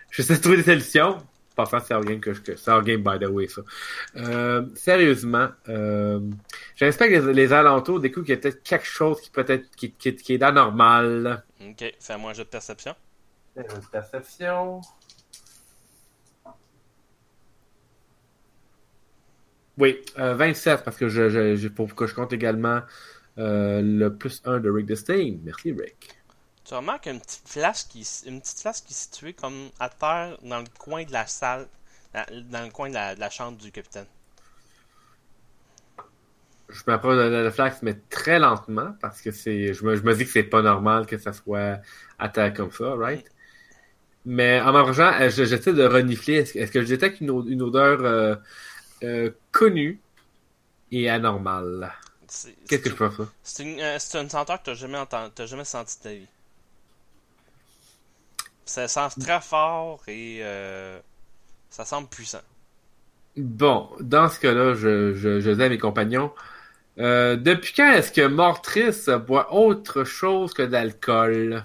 B: Je sais trouver des solutions. Parfois, c'est hors game que je que C'est hors game, by the way, ça. Euh, sérieusement, euh, j'inspecte les, les alentours, découvre qu'il y a peut-être quelque chose qui peut être qui, qui, qui est d'anormal.
A: Ok, fais-moi un jeu de perception.
B: Perception. Oui, euh, 27, parce que je, je, je- pour que je compte également euh, le plus 1 de Rick Destain. Merci, Rick.
A: Tu remarques une petite flasque qui, s- une petite flasque qui est située comme à terre dans le coin de la salle, dans, dans le coin de la, de la chambre du capitaine.
B: Je m'approche de la flax, mais très lentement, parce que c'est, je me, je me dis que c'est pas normal que ça soit à terre comme ça, right? Mais en m'approchant, euh, je- j'essaie de renifler. Est-ce, est-ce que je détecte une, o- une odeur euh, euh, connue et anormale?
A: C'est- c'est
B: Qu'est-ce que
A: une-
B: je peux faire?
A: C'est une, euh, c'est une senteur que t'as jamais entendu, t'as jamais senti de ta vie. Ça sent très fort et euh, ça semble puissant.
B: Bon, dans ce cas-là, je, je, je dis à mes compagnons, euh, depuis quand est-ce que Mortrice boit autre chose que de l'alcool?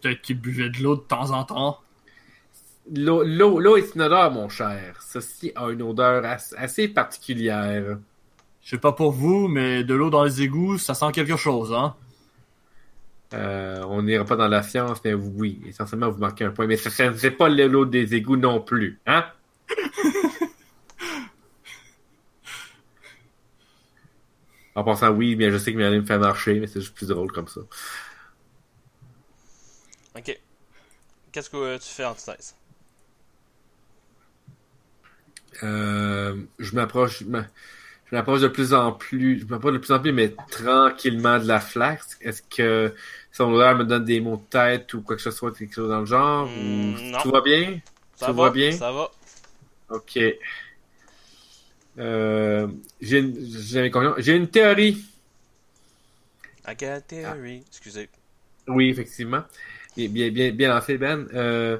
D: Peut-être qu'il buvait de l'eau de temps en temps.
B: L'eau, l'eau, l'eau est inodore, mon cher. Ceci a une odeur as- assez particulière.
D: Je sais pas pour vous, mais de l'eau dans les égouts, ça sent quelque chose, hein?
B: Euh, on n'ira pas dans la science, mais oui, essentiellement, vous marquez un point. Mais ça- ça ne fait pas le lot des égouts non plus, hein? en pensant, oui, bien, je sais que Mélanie me fait marcher, mais c'est juste plus drôle comme ça.
A: Ok. Qu'est-ce que euh, tu fais en thèse?
B: Euh, je m'approche, je m'a- je m'approche de plus en plus, je m'approche de plus en plus, mais tranquillement de la flax. Est-ce que son odeur me donne des maux de tête ou quoi que ce soit, quelque chose dans le genre?
A: Hmm,
B: ou...
A: non.
B: Tout va bien?
A: Ça
B: Tu
A: va
B: vois bien?
A: Ça va.
B: Ok. Euh, j'ai une, j'ai mes compagnons- j'ai une théorie.
A: I got a theory.
B: Ah.
A: Excusez.
B: Oui, effectivement. Bien, bien, bien, bien lancé, Ben. Euh,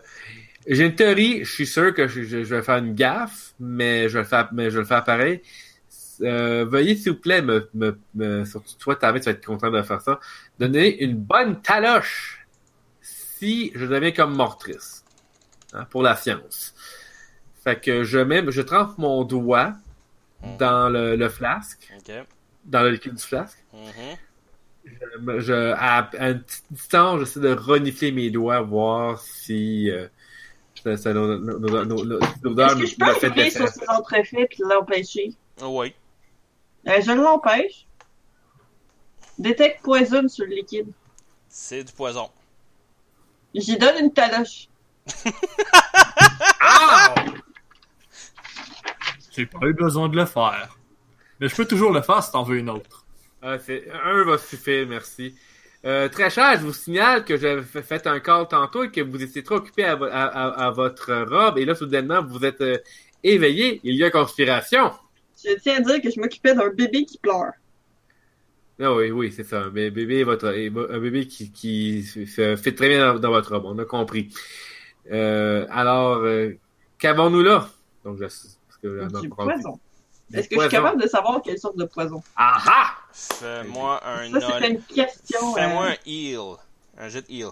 B: j'ai une théorie. Je suis sûr que je, je- je vais faire une gaffe, mais je vais le faire, mais je vais le faire pareil. Euh, veuillez, s'il vous plaît, me, me, me- surtout toi, Tavet, tu vas être content de faire ça. Donner une bonne taloche si je deviens comme mortrice. Hein, pour la science. Fait que je mets, je trempe mon doigt
A: Mhm.
B: dans le, le flasque,
A: Ok.
B: dans le liquide du flasque.
A: Mhm.
B: Ben, Je, je- à, à une petite distance, j'essaie de renifler mes doigts, voir si euh, ça- ça- no- no- no- no- no- l'odeur
C: Est-ce que je
B: me
C: peux
B: fait de
C: arriver sur
B: l'effet.
C: ses entrefaits et l'empêcher?
A: Ah ouais.
C: Euh, je l'empêche. Détecte poison sur le liquide.
A: C'est du poison.
C: J'y donne une taloche.
B: Ah!
D: J'ai pas eu besoin de le faire. Mais je peux toujours le faire si t'en veux une autre.
B: Ah, c'est- un va suffire, merci. Euh, très cher, je vous signale que j'avais fait- fait un call tantôt et que vous étiez trop occupé à, vo- à- à- à votre robe et là, soudainement, vous êtes euh, éveillé. Il y a conspiration.
C: Je tiens à dire que je m'occupais d'un bébé qui pleure.
B: Ah oui, oui, c'est ça. Un bé- bébé, votre, un bébé qui, qui se fait très bien dans, dans votre robe, on a compris. Euh, alors, euh, qu'avons-nous là? Donc, je, parce que j'en ai
C: Du
B: pas compris.
C: poison.
B: Du
C: Est-ce que je
B: poison.
C: suis capable de savoir quelle sorte de poison?
B: Ah ah!
A: Fais-moi un
C: Ça, c'était
A: ol-
C: une question.
A: Fais-moi
C: euh,
A: un heal. Un jet de heal.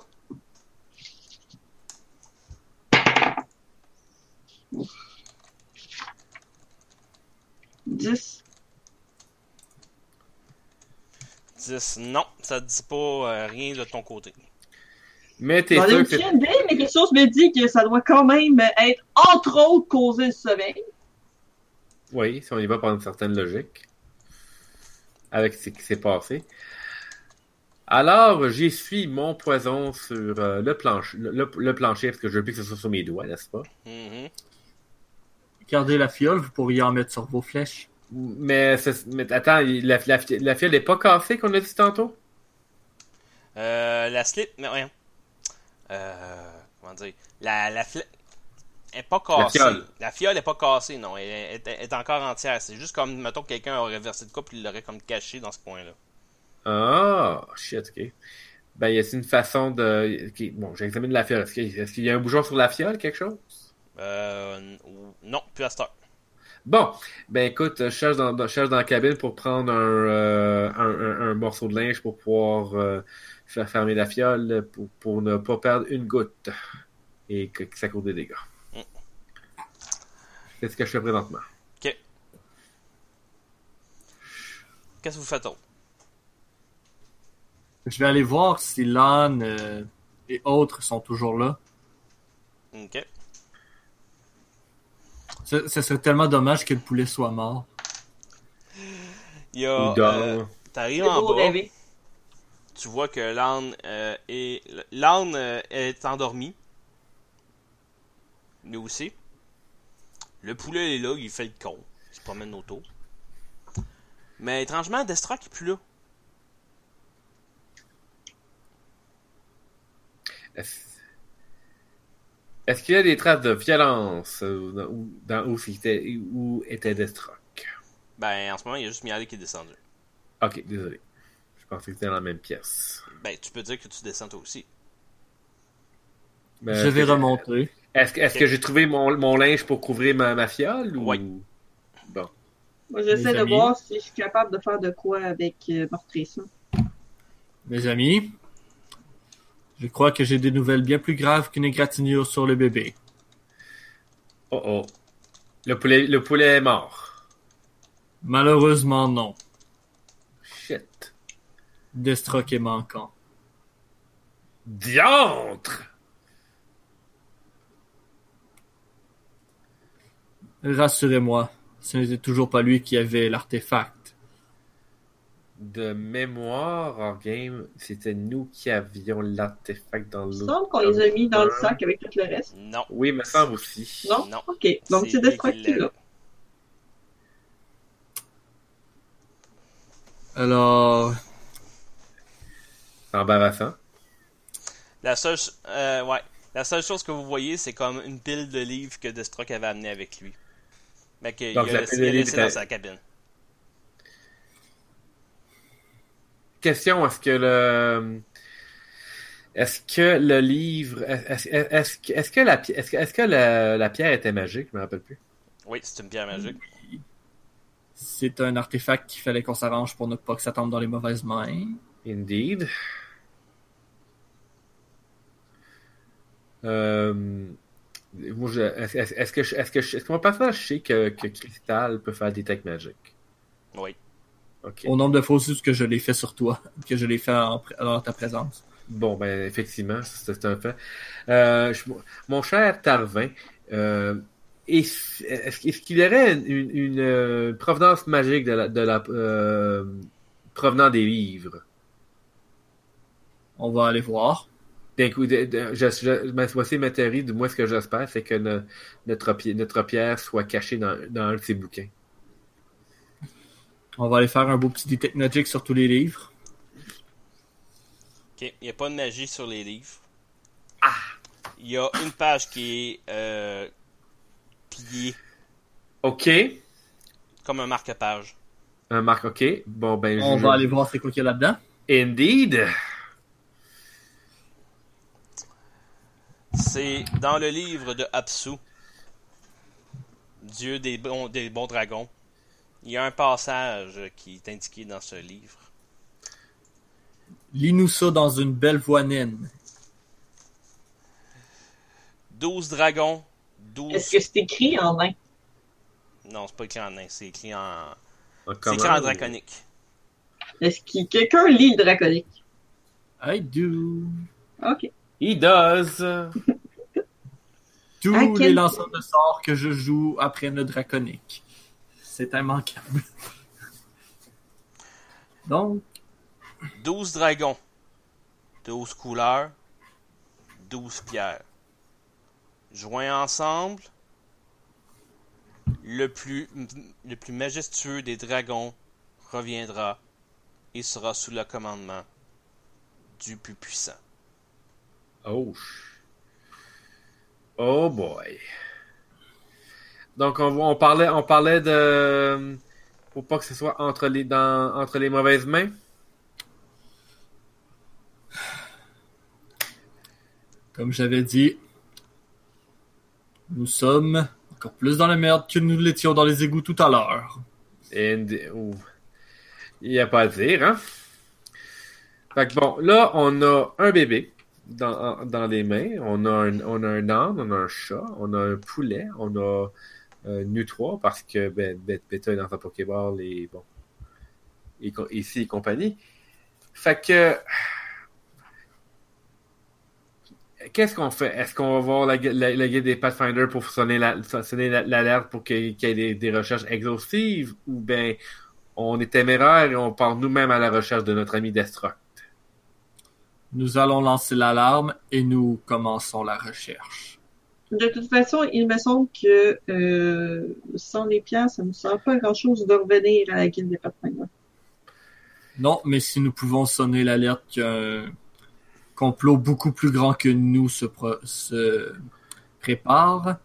C: dix.
A: 10. Non, ça te dit pas euh, rien de ton côté.
B: Mais t'es
C: J'en ai
B: sûr
C: une
B: que c'est...
C: petite idée, mais quelque chose me dit que ça doit quand même être, entre autres, causé le sommeil.
B: Oui, si on y va par une certaine logique. Avec ce qui s'est passé. Alors, j'essuie mon poison sur euh, le, planche, le, le- le plancher, parce que je veux plus que ce soit sur mes doigts, n'est-ce pas?
A: Mhm.
D: Gardez la fiole, vous pourriez en mettre sur vos flèches.
B: Mais, ce- mais attends, la, la, la fiole n'est pas cassée, qu'on a dit tantôt?
A: Euh, la slip, mais rien. Euh, comment dire La, la fle- Elle est pas cassée.
B: La fiole.
A: est pas cassée, non. Elle est, elle est encore entière. C'est juste comme, mettons, que quelqu'un aurait versé de quoi puis il l'aurait comme caché dans ce coin-là.
B: Ah, shit, ok. Ben, y a-t-il une façon de. ok, Bon, j'examine la fiole. Est-ce qu'il est-ce qu'il y a un bougeon sur la fiole, quelque chose?
A: Euh, n- ou- non, plus à cette heure.
B: Bon, ben écoute, je cherche dans, dans- je cherche dans la cabine pour prendre un, euh, un, un- un morceau de linge pour pouvoir euh, faire fermer la fiole pour, pour ne pas perdre une goutte et que, que ça cause des dégâts.
A: Mm.
B: C'est ce que je fais présentement.
A: Qu'est-ce que vous faites d'autre?
D: Je vais aller voir si l'âne euh, et autres sont toujours là.
A: Ok.
D: Ce, ce serait tellement dommage que le poulet soit mort.
A: Il y a.
B: Ou
A: euh,
B: dors.
A: T'arrives
C: C'est
A: en
C: beau
A: bas.
C: rêver.
A: tu vois que l'âne euh, est l'âne euh, est endormi. Lui aussi. Le poulet est là, il fait le con. Il se promène autour. Mais étrangement, Destrak est plus là.
B: Est-ce est-ce qu'il y a des traces de violence euh, dans, où, dans- où c'était où était Deathstroke?
A: Ben, en ce moment, il y a juste Miali qui est descendu.
B: Ok, désolé. Je pensais que c'était dans la même pièce.
A: Ben, tu peux dire que tu descends toi aussi.
B: Mais
D: je vais
B: Ben, est-ce que-
D: remonter.
B: Est-ce que, est-ce que j'ai trouvé mon, mon linge pour couvrir ma, ma fiole? Ou...
A: Oui.
B: Bon.
C: Moi, j'essaie
D: Mes
C: de
D: amis.
C: voir si je suis capable de faire de quoi avec euh, Mortrice.
D: Mes amis, je crois que j'ai des nouvelles bien plus graves qu'une égratignure sur le bébé.
B: Oh oh. Le poulet, le poulet est mort.
D: Malheureusement, non.
B: Shit.
D: Destroc est manquant.
B: Diantre!
D: Rassurez-moi, ce n'était toujours pas lui qui avait l'artefact.
B: De mémoire, hors game, c'était nous qui avions l'artefact dans
C: Il
B: l'eau.
C: me semble qu'on les a mis dans le sac avec tout le reste.
A: Non.
B: Oui, me semble aussi.
C: Non?
A: Non.
C: Ok. Donc, c'est
A: lui
C: Destruct
A: qui
C: qui
A: l'a.
C: l'a.
D: Alors,
B: C'est embarrassant.
A: La seule, ch- euh, ouais. La seule chose que vous voyez, c'est comme une pile de livres que Destruct avait amené avec lui. Mais qu'il a
B: Donc, la
A: laissé,
B: pile de
A: il a
B: livres
A: laissé
B: était-
A: dans sa cabine.
B: Question, est-ce que le... Est-ce que le livre... Est-ce est-ce que- est-ce que, la, pi- est-ce que, est-ce que la, la pierre était magique? Je me rappelle plus.
A: Oui, c'est une pierre magique.
D: c'est un artefact qu'il fallait qu'on s'arrange pour ne pas que ça tombe dans les mauvaises mains.
B: Indeed. Euh, Moi, je- est-ce est-ce que, je- est-ce que, je- est-ce que mon personnage sait que, que Crystal peut faire des tech magiques?
A: Oui.
B: Ok.
D: Au nombre de fois aussi que je l'ai fait sur toi, que je l'ai fait en, pr- en ta présence.
B: Bon, ben, effectivement, ça, c'est un fait. Euh, je- mon cher Tarvin, euh, est-ce est-ce- est-ce qu'il y aurait une, une- une, euh, provenance magique de la, de la euh, provenant des livres?
D: On va aller voir.
B: D'un coup, de- de- je- je- ma- voici ma théorie, du moins ce que j'espère, c'est que no- notre, pi- notre pierre soit cachée dans, dans un de ces bouquins.
D: On va aller faire un beau petit detect magic sur tous les livres.
A: Ok, il n'y a pas de magie sur les livres. Ah! Il y a une page qui est euh, pliée
B: OK.
A: comme un marque-page.
B: Un marque, OK. Bon, ben,
D: On
B: je-
D: va aller voir c'est quoi qu'il y a là-dedans.
B: Indeed.
A: C'est dans le livre de Apsu, Dieu des bons, des bons dragons. Il y a un passage qui est indiqué dans ce livre.
D: Lis-nous ça dans une belle voix naine.
A: 12 dragons, 12...
C: Est-ce que c'est écrit en main?
A: Non, c'est pas écrit en nain, c'est écrit en... C'est
B: Comment?
A: écrit en draconique.
C: Est-ce que quelqu'un lit le draconique?
D: I do.
C: Ok.
B: He does.
D: Tous
C: À quel-
D: les lanceurs de sorts que je joue apprennent le draconique. C'est immanquable. Donc,
A: 12 dragons, 12 couleurs, 12 pierres. Joints ensemble, le plus, le plus majestueux des dragons reviendra et sera sous le commandement du plus puissant.
B: Oh. ch- Oh boy. Donc on, on parlait on parlait de pour pas que ce soit entre les dans entre les mauvaises mains.
D: comme j'avais dit, nous sommes encore plus dans la merde que nous l'étions dans les égouts tout à l'heure.
B: And, oh. Il n'y a pas à dire, hein? Fait que bon, là, on a un bébé dans, en- dans les mains, on a, un, on a un âne, on a un chat, on a un poulet, on a euh, nu 3 parce que ben, ben, Beta est dans sa Pokéball et bon. Et, co- ici et compagnie. Fait que. Qu'est-ce qu'on fait? Est-ce qu'on va voir la, gu- la, la guide des Pathfinder pour sonner la- sonner la- l'alerte pour qu'il qu'il y ait des, des recherches exhaustives? Ou bien on est téméraire et on part nous-mêmes à la recherche de notre ami Destroc?
D: Nous allons lancer l'alarme et nous commençons la recherche.
C: De toute façon, il me semble que euh, sans les pierres, ça ne sert pas à grand-chose de revenir à la guilde des patrons.
D: Non, mais si nous pouvons sonner l'alerte qu'un complot beaucoup plus grand que nous se, pro- se prépare,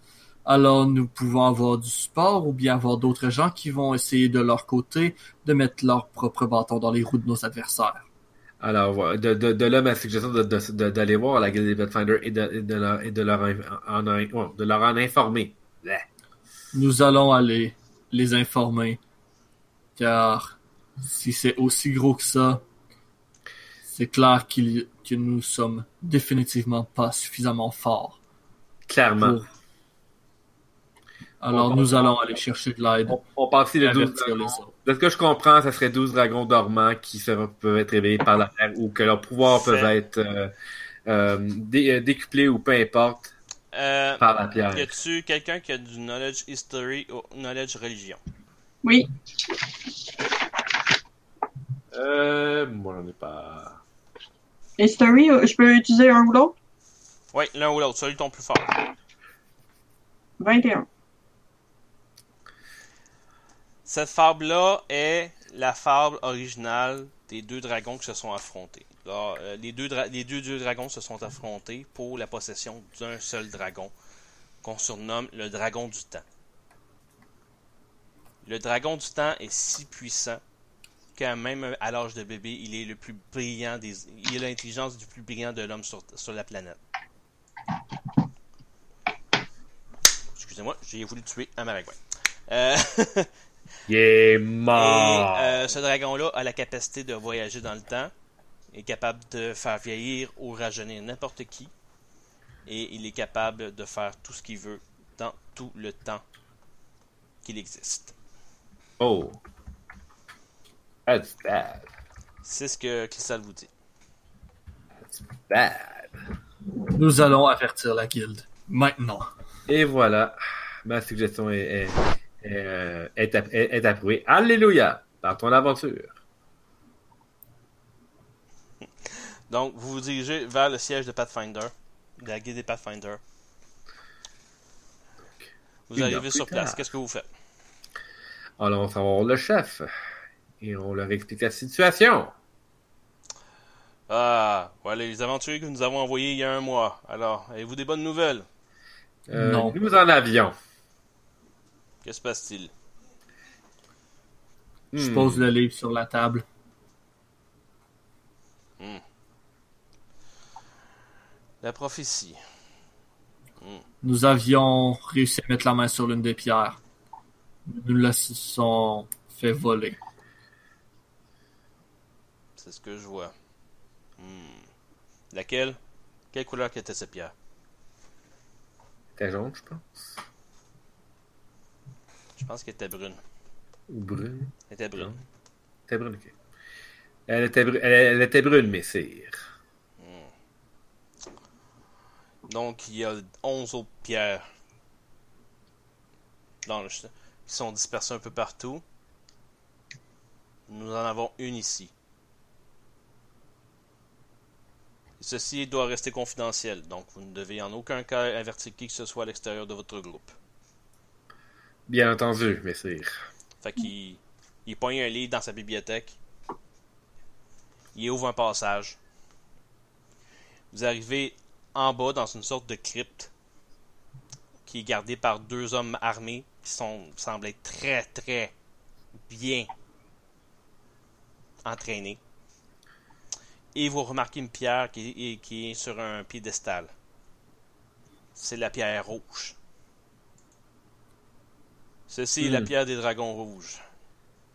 D: alors nous pouvons avoir du support ou bien avoir d'autres gens qui vont essayer de leur côté de mettre leur propre bâton dans les roues de nos adversaires.
B: Alors, voilà, de, de, de là ma suggestion d'aller de, de, d'aller voir la guide des Pathfinder et de, et de, leur, et de, leur, in- en, en- ouais, de leur en informer.
D: Nous allons aller les informer, car si c'est aussi gros que ça, c'est clair qu'il- que nous sommes définitivement pas suffisamment forts
B: Clairement.
D: Pour- Alors, nous allons aller chercher de l'aide.
B: On, on parle ici de 12
D: Avertir les
B: dragons.
D: autres.
B: De ce que je comprends, ça serait 12 dragons dormants qui seront- peuvent être réveillés par la mer ou que leurs pouvoirs peuvent
A: Fait.
B: être euh, euh, dé- euh, décuplés ou peu importe
A: Euh,
B: par la pierre.
A: y a-tu quelqu'un qui a du knowledge history ou knowledge religion?
C: Oui,
B: Euh, moi j'en ai pas.
C: History, euh, je peux utiliser un ou l'autre?
A: Oui, l'un ou l'autre, celui ton plus fort.
C: 21.
A: Cette fable-là est la fable originale des deux dragons qui se sont affrontés. Alors, euh, les, deux dra- les deux dieux dragons se sont affrontés pour la possession d'un seul dragon, qu'on surnomme le dragon du temps. Le dragon du temps est si puissant qu'à même à l'âge de bébé, il est le plus brillant des... Il a l'intelligence du plus brillant de l'homme sur, sur la planète. Excusez-moi, j'ai voulu tuer un Maragouin. Euh...
B: Il est
A: Et
B: mort.
A: euh, ce dragon-là a la capacité de voyager dans le temps, est capable de faire vieillir ou rajeunir n'importe qui, et il est capable de faire tout ce qu'il veut dans tout le temps qu'il existe.
B: Oh. That's bad.
A: C'est ce que Crystal vous dit.
B: Bad.
D: Nous allons avertir la guilde. Maintenant.
B: Et voilà. Ma suggestion est, est, est, euh, est app- est- est approuvée. Alléluia. Dans ton aventure.
A: Donc, vous vous dirigez vers le siège de Pathfinder, de la guilde des Pathfinder. Vous
B: Une heure
A: arrivez
B: plus
A: sur place,
B: tard.
A: qu'est-ce que vous faites?
B: Alors, on va voir le chef. Et on leur explique la situation.
A: Ah, voilà les aventuriers que nous avons envoyés il y a un mois. Alors, avez-vous des bonnes nouvelles?
B: Euh,
D: Non.
B: Nous en avions.
A: Que se passe-t-il?
D: Je
B: Hmm.
D: pose le livre sur la table.
A: La prophétie.
D: Nous avions réussi à mettre la main sur l'une des pierres. Nous la se sont fait voler.
A: C'est ce que je vois. Hmm. Laquelle? Quelle couleur qu'était cette pierre?
B: T'es jaune, je pense.
A: Je pense qu'elle était brune.
B: Ou brune.
A: Elle était brune.
B: T'es brune, ok. Elle était, bru- elle, elle était brune, messire.
A: Donc, il y a 11 autres pierres dans le ch- qui sont dispersées un peu partout. Nous en avons une ici. Ceci doit rester confidentiel, donc vous ne devez en aucun cas avertir qui que ce soit à l'extérieur de votre groupe.
B: Bien entendu, messire.
A: Fait qu'il il pogne un livre dans sa bibliothèque. Il ouvre un passage. Vous arrivez en bas dans une sorte de crypte qui est gardée par deux hommes armés qui sont semblent être très très bien entraînés. Et vous remarquez une pierre qui est, qui est sur un piédestal. C'est la pierre rouge. Ceci est la
B: Hmm.
A: pierre des dragons rouges.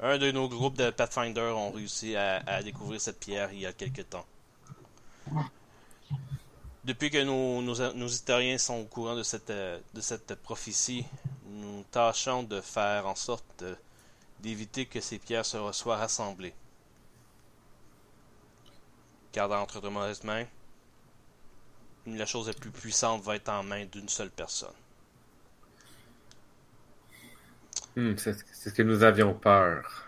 A: Un de nos groupes de Pathfinder ont réussi à, à découvrir cette pierre il y a quelque temps. Depuis que nos, nos- nos historiens sont au courant de cette, euh, de cette prophétie, nous tâchons de faire en sorte euh, d'éviter que ces pierres se re- soient rassemblées. Car entre de mauvaises mains, la chose la plus puissante va être en main d'une seule personne.
B: Hmm, c'est c'est ce que nous avions peur.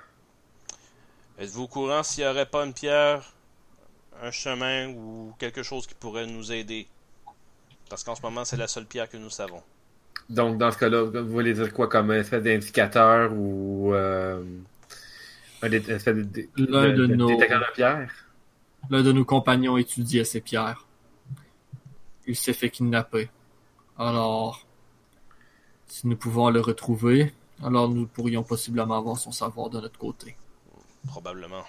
A: Êtes-vous au courant s'il n'y aurait pas une pierre, un chemin ou quelque chose qui pourrait nous aider? Parce qu'en ce moment, c'est la seule pierre que nous savons.
B: Donc, dans ce cas-là, vous voulez dire quoi comme une espèce d'indicateur ou euh, un dé- une espèce de, dé-
D: L'un de nos-
B: détecteur de pierre?
D: L'un de nos compagnons étudiait ces pierres. Il s'est fait kidnapper. Alors, si nous pouvons le retrouver, alors nous pourrions possiblement avoir son savoir de notre côté.
A: Probablement.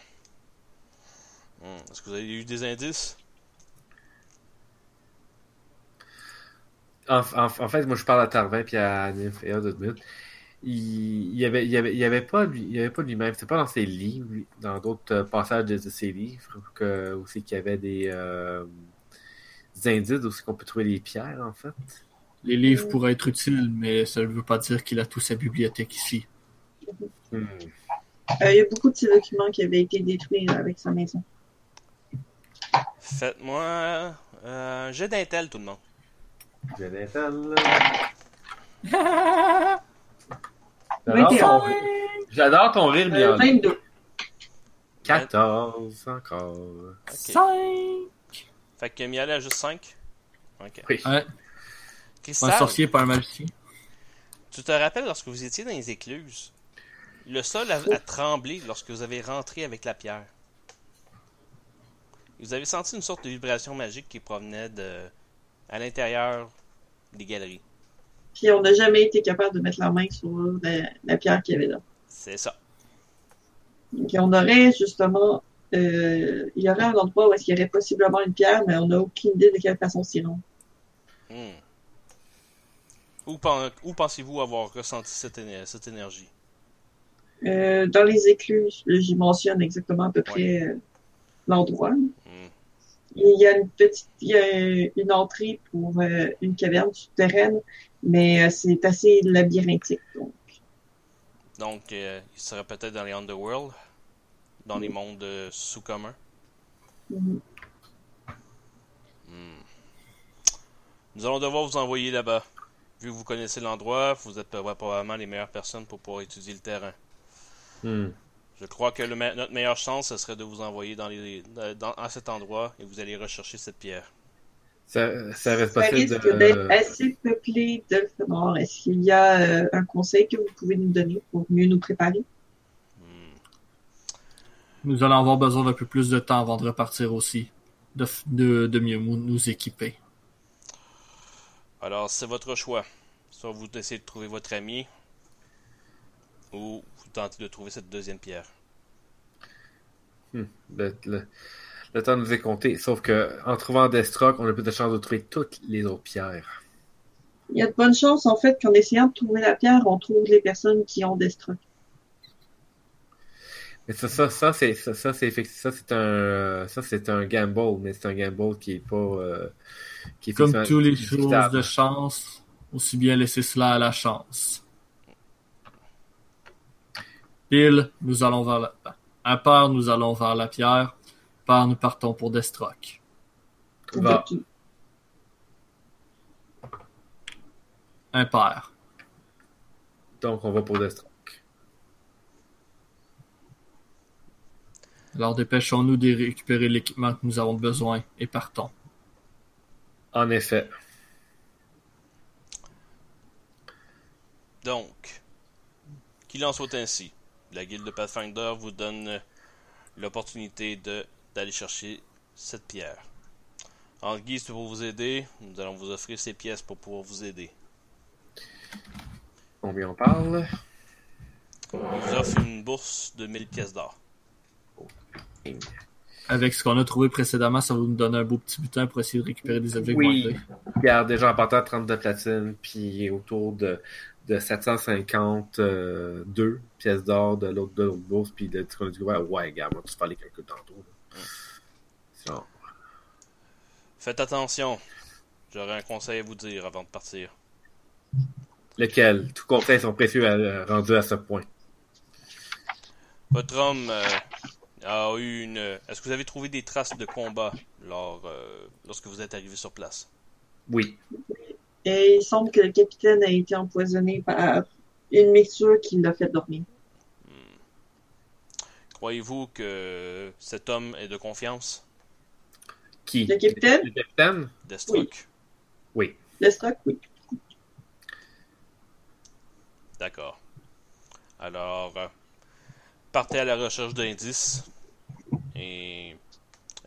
A: Hmm. Est-ce que vous avez eu des indices?
B: En, en- en fait, moi, je parle à Tarvin puis à Nymph et à d'autres minutes. Il n'y avait, il y avait, il y avait pas lui- il y avait pas lui-même. C'est pas dans ses livres, lui- dans d'autres euh, passages de, de ses livres, que, aussi qu'il y avait des, euh, des indices, aussi qu'on peut trouver des pierres, en fait.
D: Les livres pourraient être utiles, mais ça ne veut pas dire qu'il a toute sa bibliothèque ici.
B: Hmm.
C: Euh, il y a beaucoup de ces documents qui avaient été détruits là, avec sa maison.
A: Faites-moi euh, un jet d'intel, tout le monde.
B: Jonathan, là.
C: Ouais,
B: J'adore ton, j'adore ton rire, Mion.
C: Euh, 22.
B: 14 encore.
A: Ok.
D: Cinq!
A: Fait que Miel a juste 5. Ok.
B: Oui.
D: Ouais, un
A: Cristal,
D: sorcier, pas un magicien.
A: tu te rappelles lorsque vous étiez dans les écluses, le sol a, a tremblé lorsque vous avez rentré avec la pierre. Et Vous avez senti une sorte de vibration magique qui provenait de à l'intérieur des galeries.
C: Puis on n'a jamais été capable de mettre la main sur la, la pierre qu'il y avait là.
A: C'est ça.
C: Donc on aurait justement. euh, il y aurait un endroit où est-ce qu'il y aurait possiblement une pierre, mais on n'a aucune idée de quelle façon s'y rendre.
A: Hmm. Où, pen- où pensez-vous avoir ressenti cette, éner- cette énergie
C: Euh, dans les écluses, là, j'y mentionne exactement à peu près euh, l'endroit.
A: Hmm.
C: Il y a une petite, il y a une entrée pour euh, une caverne souterraine, mais euh, c'est assez labyrinthique. Donc.
A: Donc, euh, il serait peut-être dans les Underworld, dans
D: Hmm.
A: les mondes euh, sous-communs.
C: Mhm.
A: Hmm. Nous allons devoir vous envoyer là-bas. Vu que vous connaissez l'endroit, vous êtes proba- probablement les meilleures personnes pour pouvoir étudier le terrain.
B: Hmm.
A: Je crois que le me- notre meilleure chance, ce serait de vous envoyer dans les, dans, dans- à cet endroit et vous allez rechercher cette pierre.
B: Ça, ça reste
C: Ça
B: possible
C: risque
B: de... euh,
C: d'être assez peuplé de morts. Est-ce qu'il y a euh, un conseil que vous pouvez nous donner pour mieux nous préparer?
A: Hmm.
D: Nous allons avoir besoin d'un peu plus de temps avant de repartir aussi, de, f- de, de mieux mou- nous équiper.
A: Alors, c'est votre choix. Soit vous essayez de trouver votre ami, ou vous tentez de trouver cette deuxième pierre.
B: Le, le- le temps nous est compté, sauf que en trouvant Deathstroke, on a plus de chances de trouver toutes les autres pierres.
C: Il y a de bonnes chances, en fait, qu'en essayant de trouver la pierre, on trouve les personnes qui ont des strokes.
B: Mais ça, ça, ça c'est ça, ça, c'est effecti- ça, c'est un ça c'est un gamble, mais c'est un gamble qui est pas euh, qui est
D: Comme
B: effectivement
D: tous les choses
B: discutable.
D: de chance, aussi bien laisser cela à la chance. Pile, nous allons vers la... À part, nous allons vers la pierre. Par, nous partons pour Destrock.
B: Bon.
C: Donc,
D: Impair.
B: Donc on va pour Deathstroke.
D: Alors dépêchons-nous de récupérer l'équipement que nous avons besoin et partons.
B: En effet.
A: Donc, qu'il en soit ainsi, la guilde de Pathfinder vous donne euh, l'opportunité de- d'aller chercher cette pierre. En guise pour vous aider, nous allons vous offrir ces pièces pour pouvoir vous aider.
B: Combien on parle?
A: On vous offre une bourse de 1000 pièces d'or.
D: Avec ce qu'on a trouvé précédemment, ça va nous donner un beau petit butin pour essayer de récupérer des objets
B: Oui.
D: manqués.
B: Pierre déjà en partant 30 de platine, puis autour de, de 752 euh, pièces d'or de l'autre de l'autre bourse, puis de qu'on a dit ouais, ouais gars, on va se faire les calculs tantôt. là. C'est genre,
A: Faites attention, j'aurais un conseil à vous dire avant de partir.
B: lequel? Tout conseil sont précieux à- rendus à ce point.
A: Votre homme euh, a eu une. Est-ce que vous avez trouvé des traces de combat lors, euh, lorsque vous êtes arrivé sur place
B: Oui.
C: Et il semble que le capitaine a été empoisonné par une mixture qui l'a fait dormir.
A: Croyez-vous que euh, cet homme est de confiance
B: Qui?
C: Le capitaine?
B: Le capitaine?
A: Destruc.
B: Oui.
C: Le stock, oui.
A: D'accord. Alors, euh, partez à la recherche d'indices et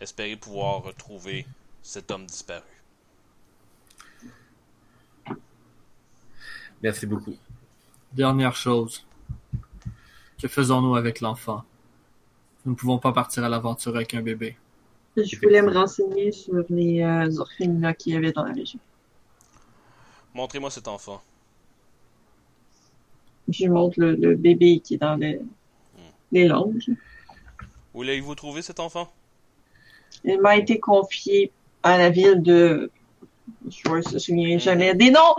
A: espérez pouvoir retrouver cet homme disparu.
B: Merci beaucoup.
D: Dernière chose. Que faisons-nous avec l'enfant? Nous ne pouvons pas partir à l'aventure avec un bébé.
C: Je voulais me renseigner sur les euh, orphelinats qu'il y avait dans la région.
A: Montrez-moi cet enfant.
C: Je montre le, le bébé qui est dans le- les langues.
A: Où l'avez-vous trouvé cet enfant
C: Il m'a été confié à la ville de. Je ne me souviens jamais des noms!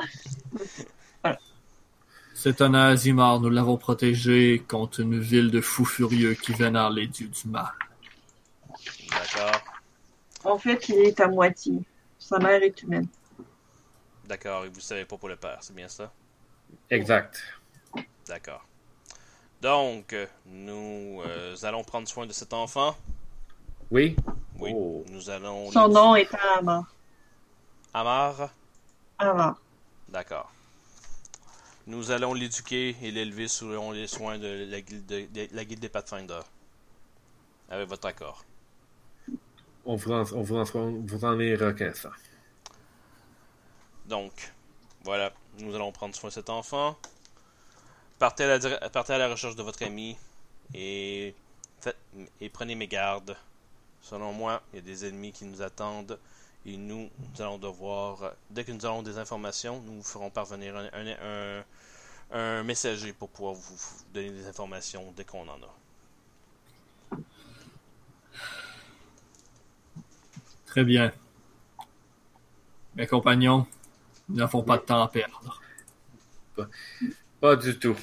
D: C'est un Azimar, nous l'avons protégé contre une ville de fous furieux qui vénèrent les dieux du mal.
A: D'accord.
C: En fait, il est à moitié. Sa mère est humaine.
A: D'accord, et vous savez pas pour le père, c'est bien ça
B: Exact.
A: D'accord. Donc, euh, nous euh, allons prendre soin de cet enfant.
B: Oui?
A: Oui.
B: Oh.
A: Nous allons.
C: Son nom est Amar.
A: Amar.
C: Amar.
A: D'accord. Nous allons l'éduquer et l'élever selon les soins de la guilde, de- de- la guilde des Pathfinder. Avec votre accord.
B: On vous en, on vous en, on vous en est reconnaissant.
A: Donc, voilà. Nous allons prendre soin de cet enfant. Partez à la, dire- partez à la recherche de votre ami et, faites- et prenez mes gardes. Selon moi, il y a des ennemis qui nous attendent et nous, nous allons devoir, euh, dès que nous aurons des informations, nous vous ferons parvenir un, un- un- un messager pour pouvoir vous vous donner des informations dès qu'on en a.
D: Très bien. Mes compagnons ne font pas de temps à perdre.
B: Pas du tout.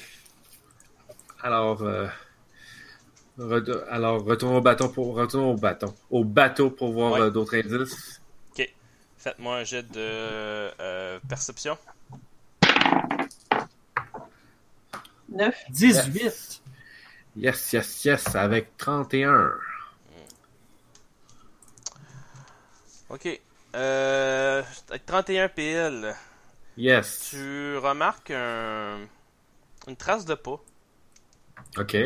B: Alors, euh, rede- alors retournons au bâton pour retournons au bâton, au bateau pour voir
A: Ouais.
B: euh, d'autres indices.
A: Faites-moi un jet de euh, perception.
C: Neuf.
D: 18!
B: Yes, yes, yes, avec 31.
A: Ok. Euh, avec 31 PL,
B: Yes.
A: tu remarques un- une trace de pas
B: OK.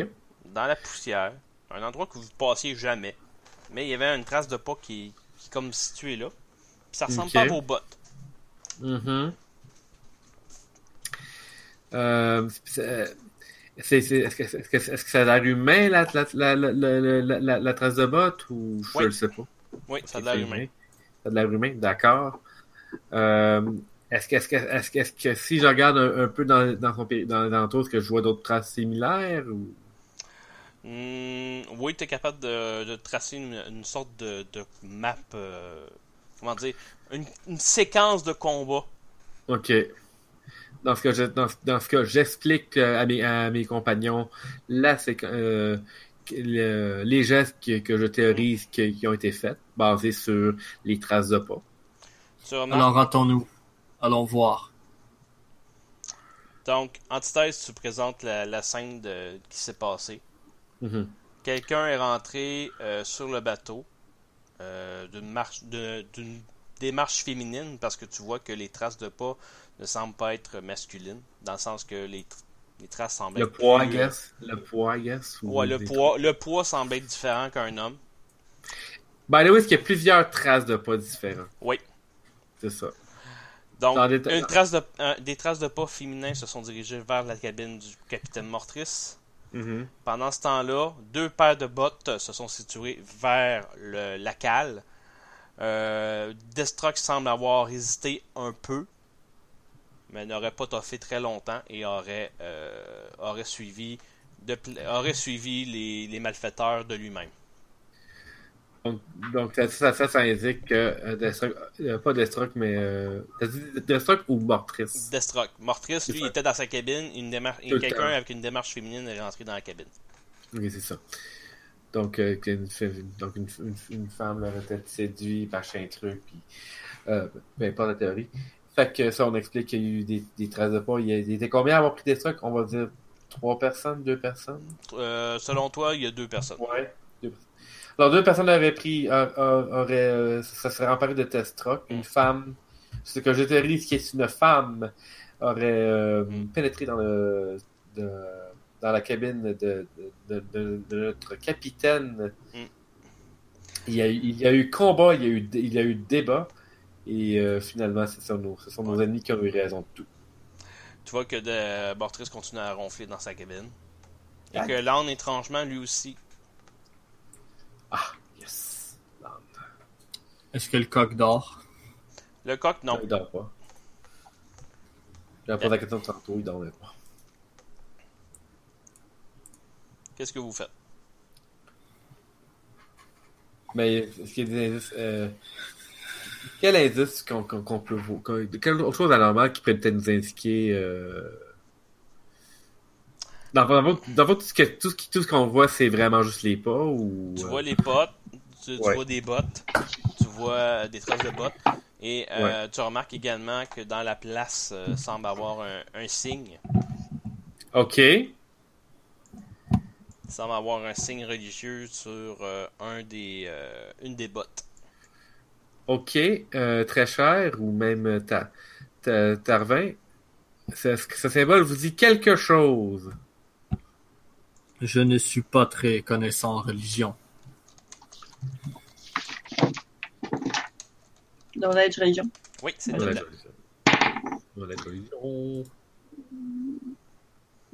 A: dans la poussière, un endroit que vous ne passiez jamais. Mais il y avait une trace de pas qui, qui est comme située là. Puis ça ressemble
B: Ok.
A: pas à vos bottes.
B: Mhm. Euh, c'est- c'est- c'est- Est-ce que, est-ce que, est-ce que ça a l'air humain, la, la, la, la, la, la- la- la trace de botte, ou je
A: Oui.
B: le sais pas?
A: Oui, ça a de l'air humain.
B: Ça a de l'air humain, d'accord. Euh, Est-ce que, est-ce que, est-ce que, est-ce que si je regarde un, un peu dans, dans, son, pays- dans, dans l'entour, est-ce que je vois d'autres traces similaires? Ou...
A: Hmm, oui, tu es capable de, de tracer une, une sorte de, de map. euh, comment dire une, une séquence de combat.
B: Ok. Dans ce que je- dans, ce- dans ce cas, j'explique euh, à mes, à mes compagnons là, c'est que, euh, que le- les gestes que, que je théorise qui, qui ont été faits, basés sur les traces de pas.
A: Tu remarques-
D: Alors hâtons-nous. Allons voir.
A: Donc, antithèse, tu présentes la, la scène de, qui s'est passée. Mm-hmm.
B: Mhm.
A: Quelqu'un est rentré euh, sur le bateau euh, d'une marche- de- d'une démarche féminine parce que tu vois que les traces de pas ne semblent pas être masculines, dans le sens que les, tr- les traces semblent
B: Le
A: être
B: poids,
A: plus,
B: yes. Le poids, yes.
A: euh,
B: ou
A: Ben, ouais, le
B: des-
A: poids, le poids semble être différent qu'un homme.
B: By the way, est-ce qu'il y a plusieurs traces de pas différentes?
A: Oui.
B: C'est ça.
A: Donc,
B: Dans des ta-
A: une trace de, un- des traces de pas féminins se sont dirigées vers la cabine du capitaine Mortrice. Mm-hmm.
B: Mhm.
A: Pendant ce temps-là, deux paires de bottes se sont situées vers le, la cale. Euh, Destruct semble avoir hésité un peu, mais n'aurait pas toffé très longtemps et aurait, euh, aurait suivi, de, pl- aurait suivi les, les malfaiteurs de lui-même.
B: Donc, donc, ça, ça, ça, ça indique que euh, Destruct, euh, pas Destruct, mais euh, t'as dit Destruct ou Mortrice.
A: Destruct, Mortrice, lui,
B: C'est ça.
A: était dans sa cabine. Une démarche,
B: Tout le
A: quelqu'un
B: temps.
A: avec une démarche féminine est rentré dans la cabine.
B: Ok, c'est ça. Donc, euh, qu'il y a une, fe- donc une, une, une femme aurait été séduite, machin truc, puis euh, peu importe la théorie. Fait que ça, on explique qu'il y a eu des, des traces de pas. Il, y a- il était combien à avoir pris Destruct On va dire trois personnes, deux personnes
A: Euh, selon toi, il y a deux personnes.
B: Ouais. Deux personnes. Alors, deux personnes auraient pris, euh, euh, auraient, euh, ça serait emparé de Testroc. Une femme, ce que je théorise qui est une femme, aurait euh,
A: Mm.
B: pénétré dans le, de- dans la cabine de, de, de- de notre capitaine.
A: Mm.
B: Il, y a, eu- il y a eu combat, il y a eu, dé- il y a eu débat. Et euh, finalement, ce sont, nos, ce sont nos ennemis qui ont eu raison de tout.
A: Tu vois que de... Mortrice continue à ronfler dans sa cabine. Et
B: Ah.
A: que Lan, étrangement, lui aussi,
B: Ah, yes. Non,
D: Est-ce que le coq dort?
A: Le coq, non.
B: il dort pas. Je vais poser la question tantôt, il dormait pas.
A: Qu'est-ce que vous faites?
B: Mais est-ce qu'il y a des indices euh, Quel indice qu'on qu'on- qu'on peut voir qu'on- Quelle autre chose anormale qui pourrait peut-être nous indiquer euh... Dans, dans, votre- dans votre- tout ce que- tout ce qui- tout ce qu'on voit, c'est vraiment juste les pas ou
A: Tu
B: euh,
A: vois les bottes, tu, tu
B: Ouais.
A: vois des bottes, tu vois des traces de bottes. Et euh, tu remarques également que dans la place euh, semble avoir un, un signe.
B: Ok.
A: Semble avoir un signe religieux sur euh, un des, euh, une des bottes.
B: Ok, euh, très cher ou même euh, ta, ta, Tarvin, ce, ce symbole vous dit quelque chose.
D: Je ne suis pas très connaissant en religion.
C: Dans l'Edge Région.
A: Oui, c'est
B: On a
A: dedans.
B: On a collision.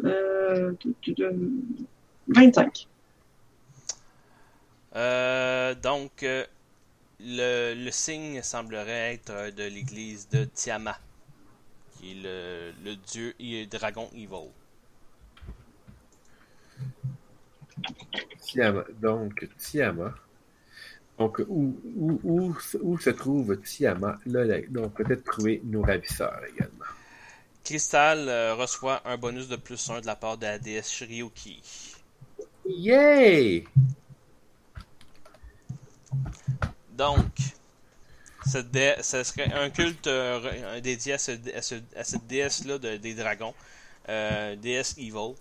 C: Euh, tu- tu- tu- 25.
A: Euh, donc, euh, le, le signe semblerait être euh, de l'église de Tiamat, qui est le, le dieu et dragon evil.
B: Tiamat. Donc, Tiamat. Donc, où, où, où, où se trouve Tiamat? Là, là, là, on peut peut-être trouver nos ravisseurs également.
A: Crystal euh, reçoit un bonus de plus 1 de la part de la déesse Shiryuki.
B: Yay!
A: Donc, cette dé- ce serait un culte euh, re- un dédié à, ce- à ce- à cette déesse-là de- des dragons, euh, déesse Evil.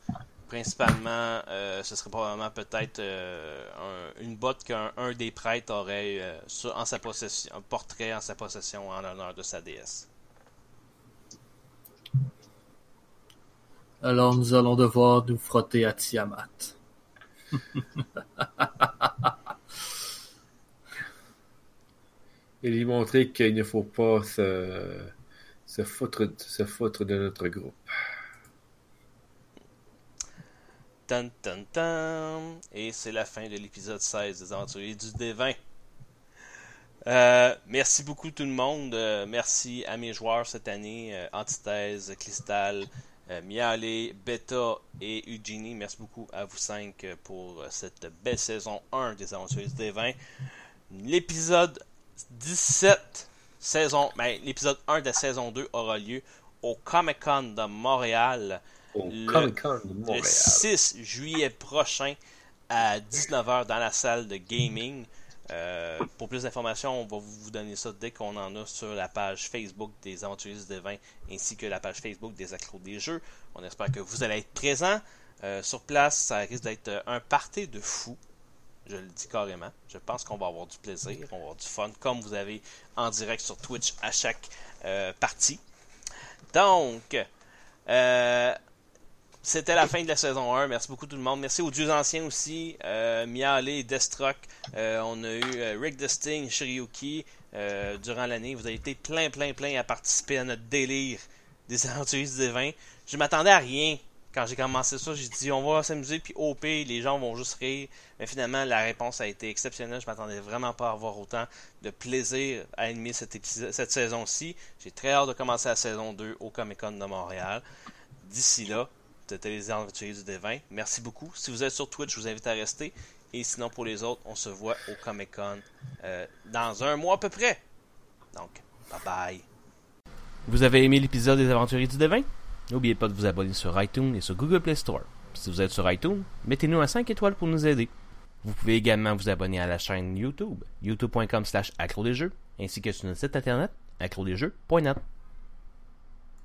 A: Principalement, euh, ce serait probablement peut-être euh, un- une botte qu'un un des prêtres aurait euh, sur- en sa possession, un portrait en sa possession en l'honneur de sa déesse.
D: Alors nous allons devoir nous frotter à Tiamat.
B: Et lui montrer qu'il ne faut pas se, se, foutre, se foutre de notre groupe.
A: Tan tan tan. Et c'est la fin de l'épisode 16 des Aventuriers du D20. Euh, merci beaucoup tout le monde. Euh, merci à mes joueurs cette année. euh, Antithèse, Cristal, euh, Miale, Beta et Eugenie. Merci beaucoup à vous cinq euh, pour euh, cette belle saison 1 des Aventuriers du D20. L'épisode 17, saison, ben, l'épisode 1 de la saison 2 aura lieu au Comic Con de Montréal
B: Au
A: Le-
B: Comic-Con de Montréal.
A: le 6 juillet prochain à 19h dans la salle de gaming. Euh, pour plus d'informations, on va vous donner ça dès qu'on en a sur la page Facebook des Aventuriers des Vins ainsi que la page Facebook des Accros des Jeux. On espère que vous allez être présents. Euh, sur place, ça risque d'être euh, un party de fous. Je le dis carrément. Je pense qu'on va avoir du plaisir, on va avoir du fun, comme vous avez en direct sur Twitch à chaque euh, partie. Donc, euh, c'était la fin de la saison 1. Merci beaucoup tout le monde. Merci aux dieux anciens aussi. Euh, Miale, Destrock. Euh, on a eu euh, Rick Desting, Shiryuki. euh, durant l'année, vous avez été plein, plein, plein à participer à notre délire des aventuriers du divin. Je m'attendais à rien. Quand j'ai commencé ça, j'ai dit on va s'amuser, puis OP, les gens vont juste rire. Mais finalement, la réponse a été exceptionnelle. Je m'attendais vraiment pas à avoir autant de plaisir à animer cet épisode, cette saison-ci. J'ai très hâte de commencer la saison 2 au Comic Con de Montréal. D'ici là, c'était les aventuriers du Dévin. Merci beaucoup. Si vous êtes sur Twitch, je vous invite à rester. Et sinon, pour les autres, on se voit au Comic Con euh, dans un mois à peu près. Donc, bye bye. Vous avez aimé l'épisode des Aventuriers du Dévin N'oubliez pas de vous abonner sur iTunes et sur Google Play Store. Si vous êtes sur iTunes, mettez-nous un 5 étoiles pour nous aider. Vous pouvez également vous abonner à la chaîne YouTube, youtube.com slash accro des jeux, ainsi que sur notre site internet, accrodesjeux.net.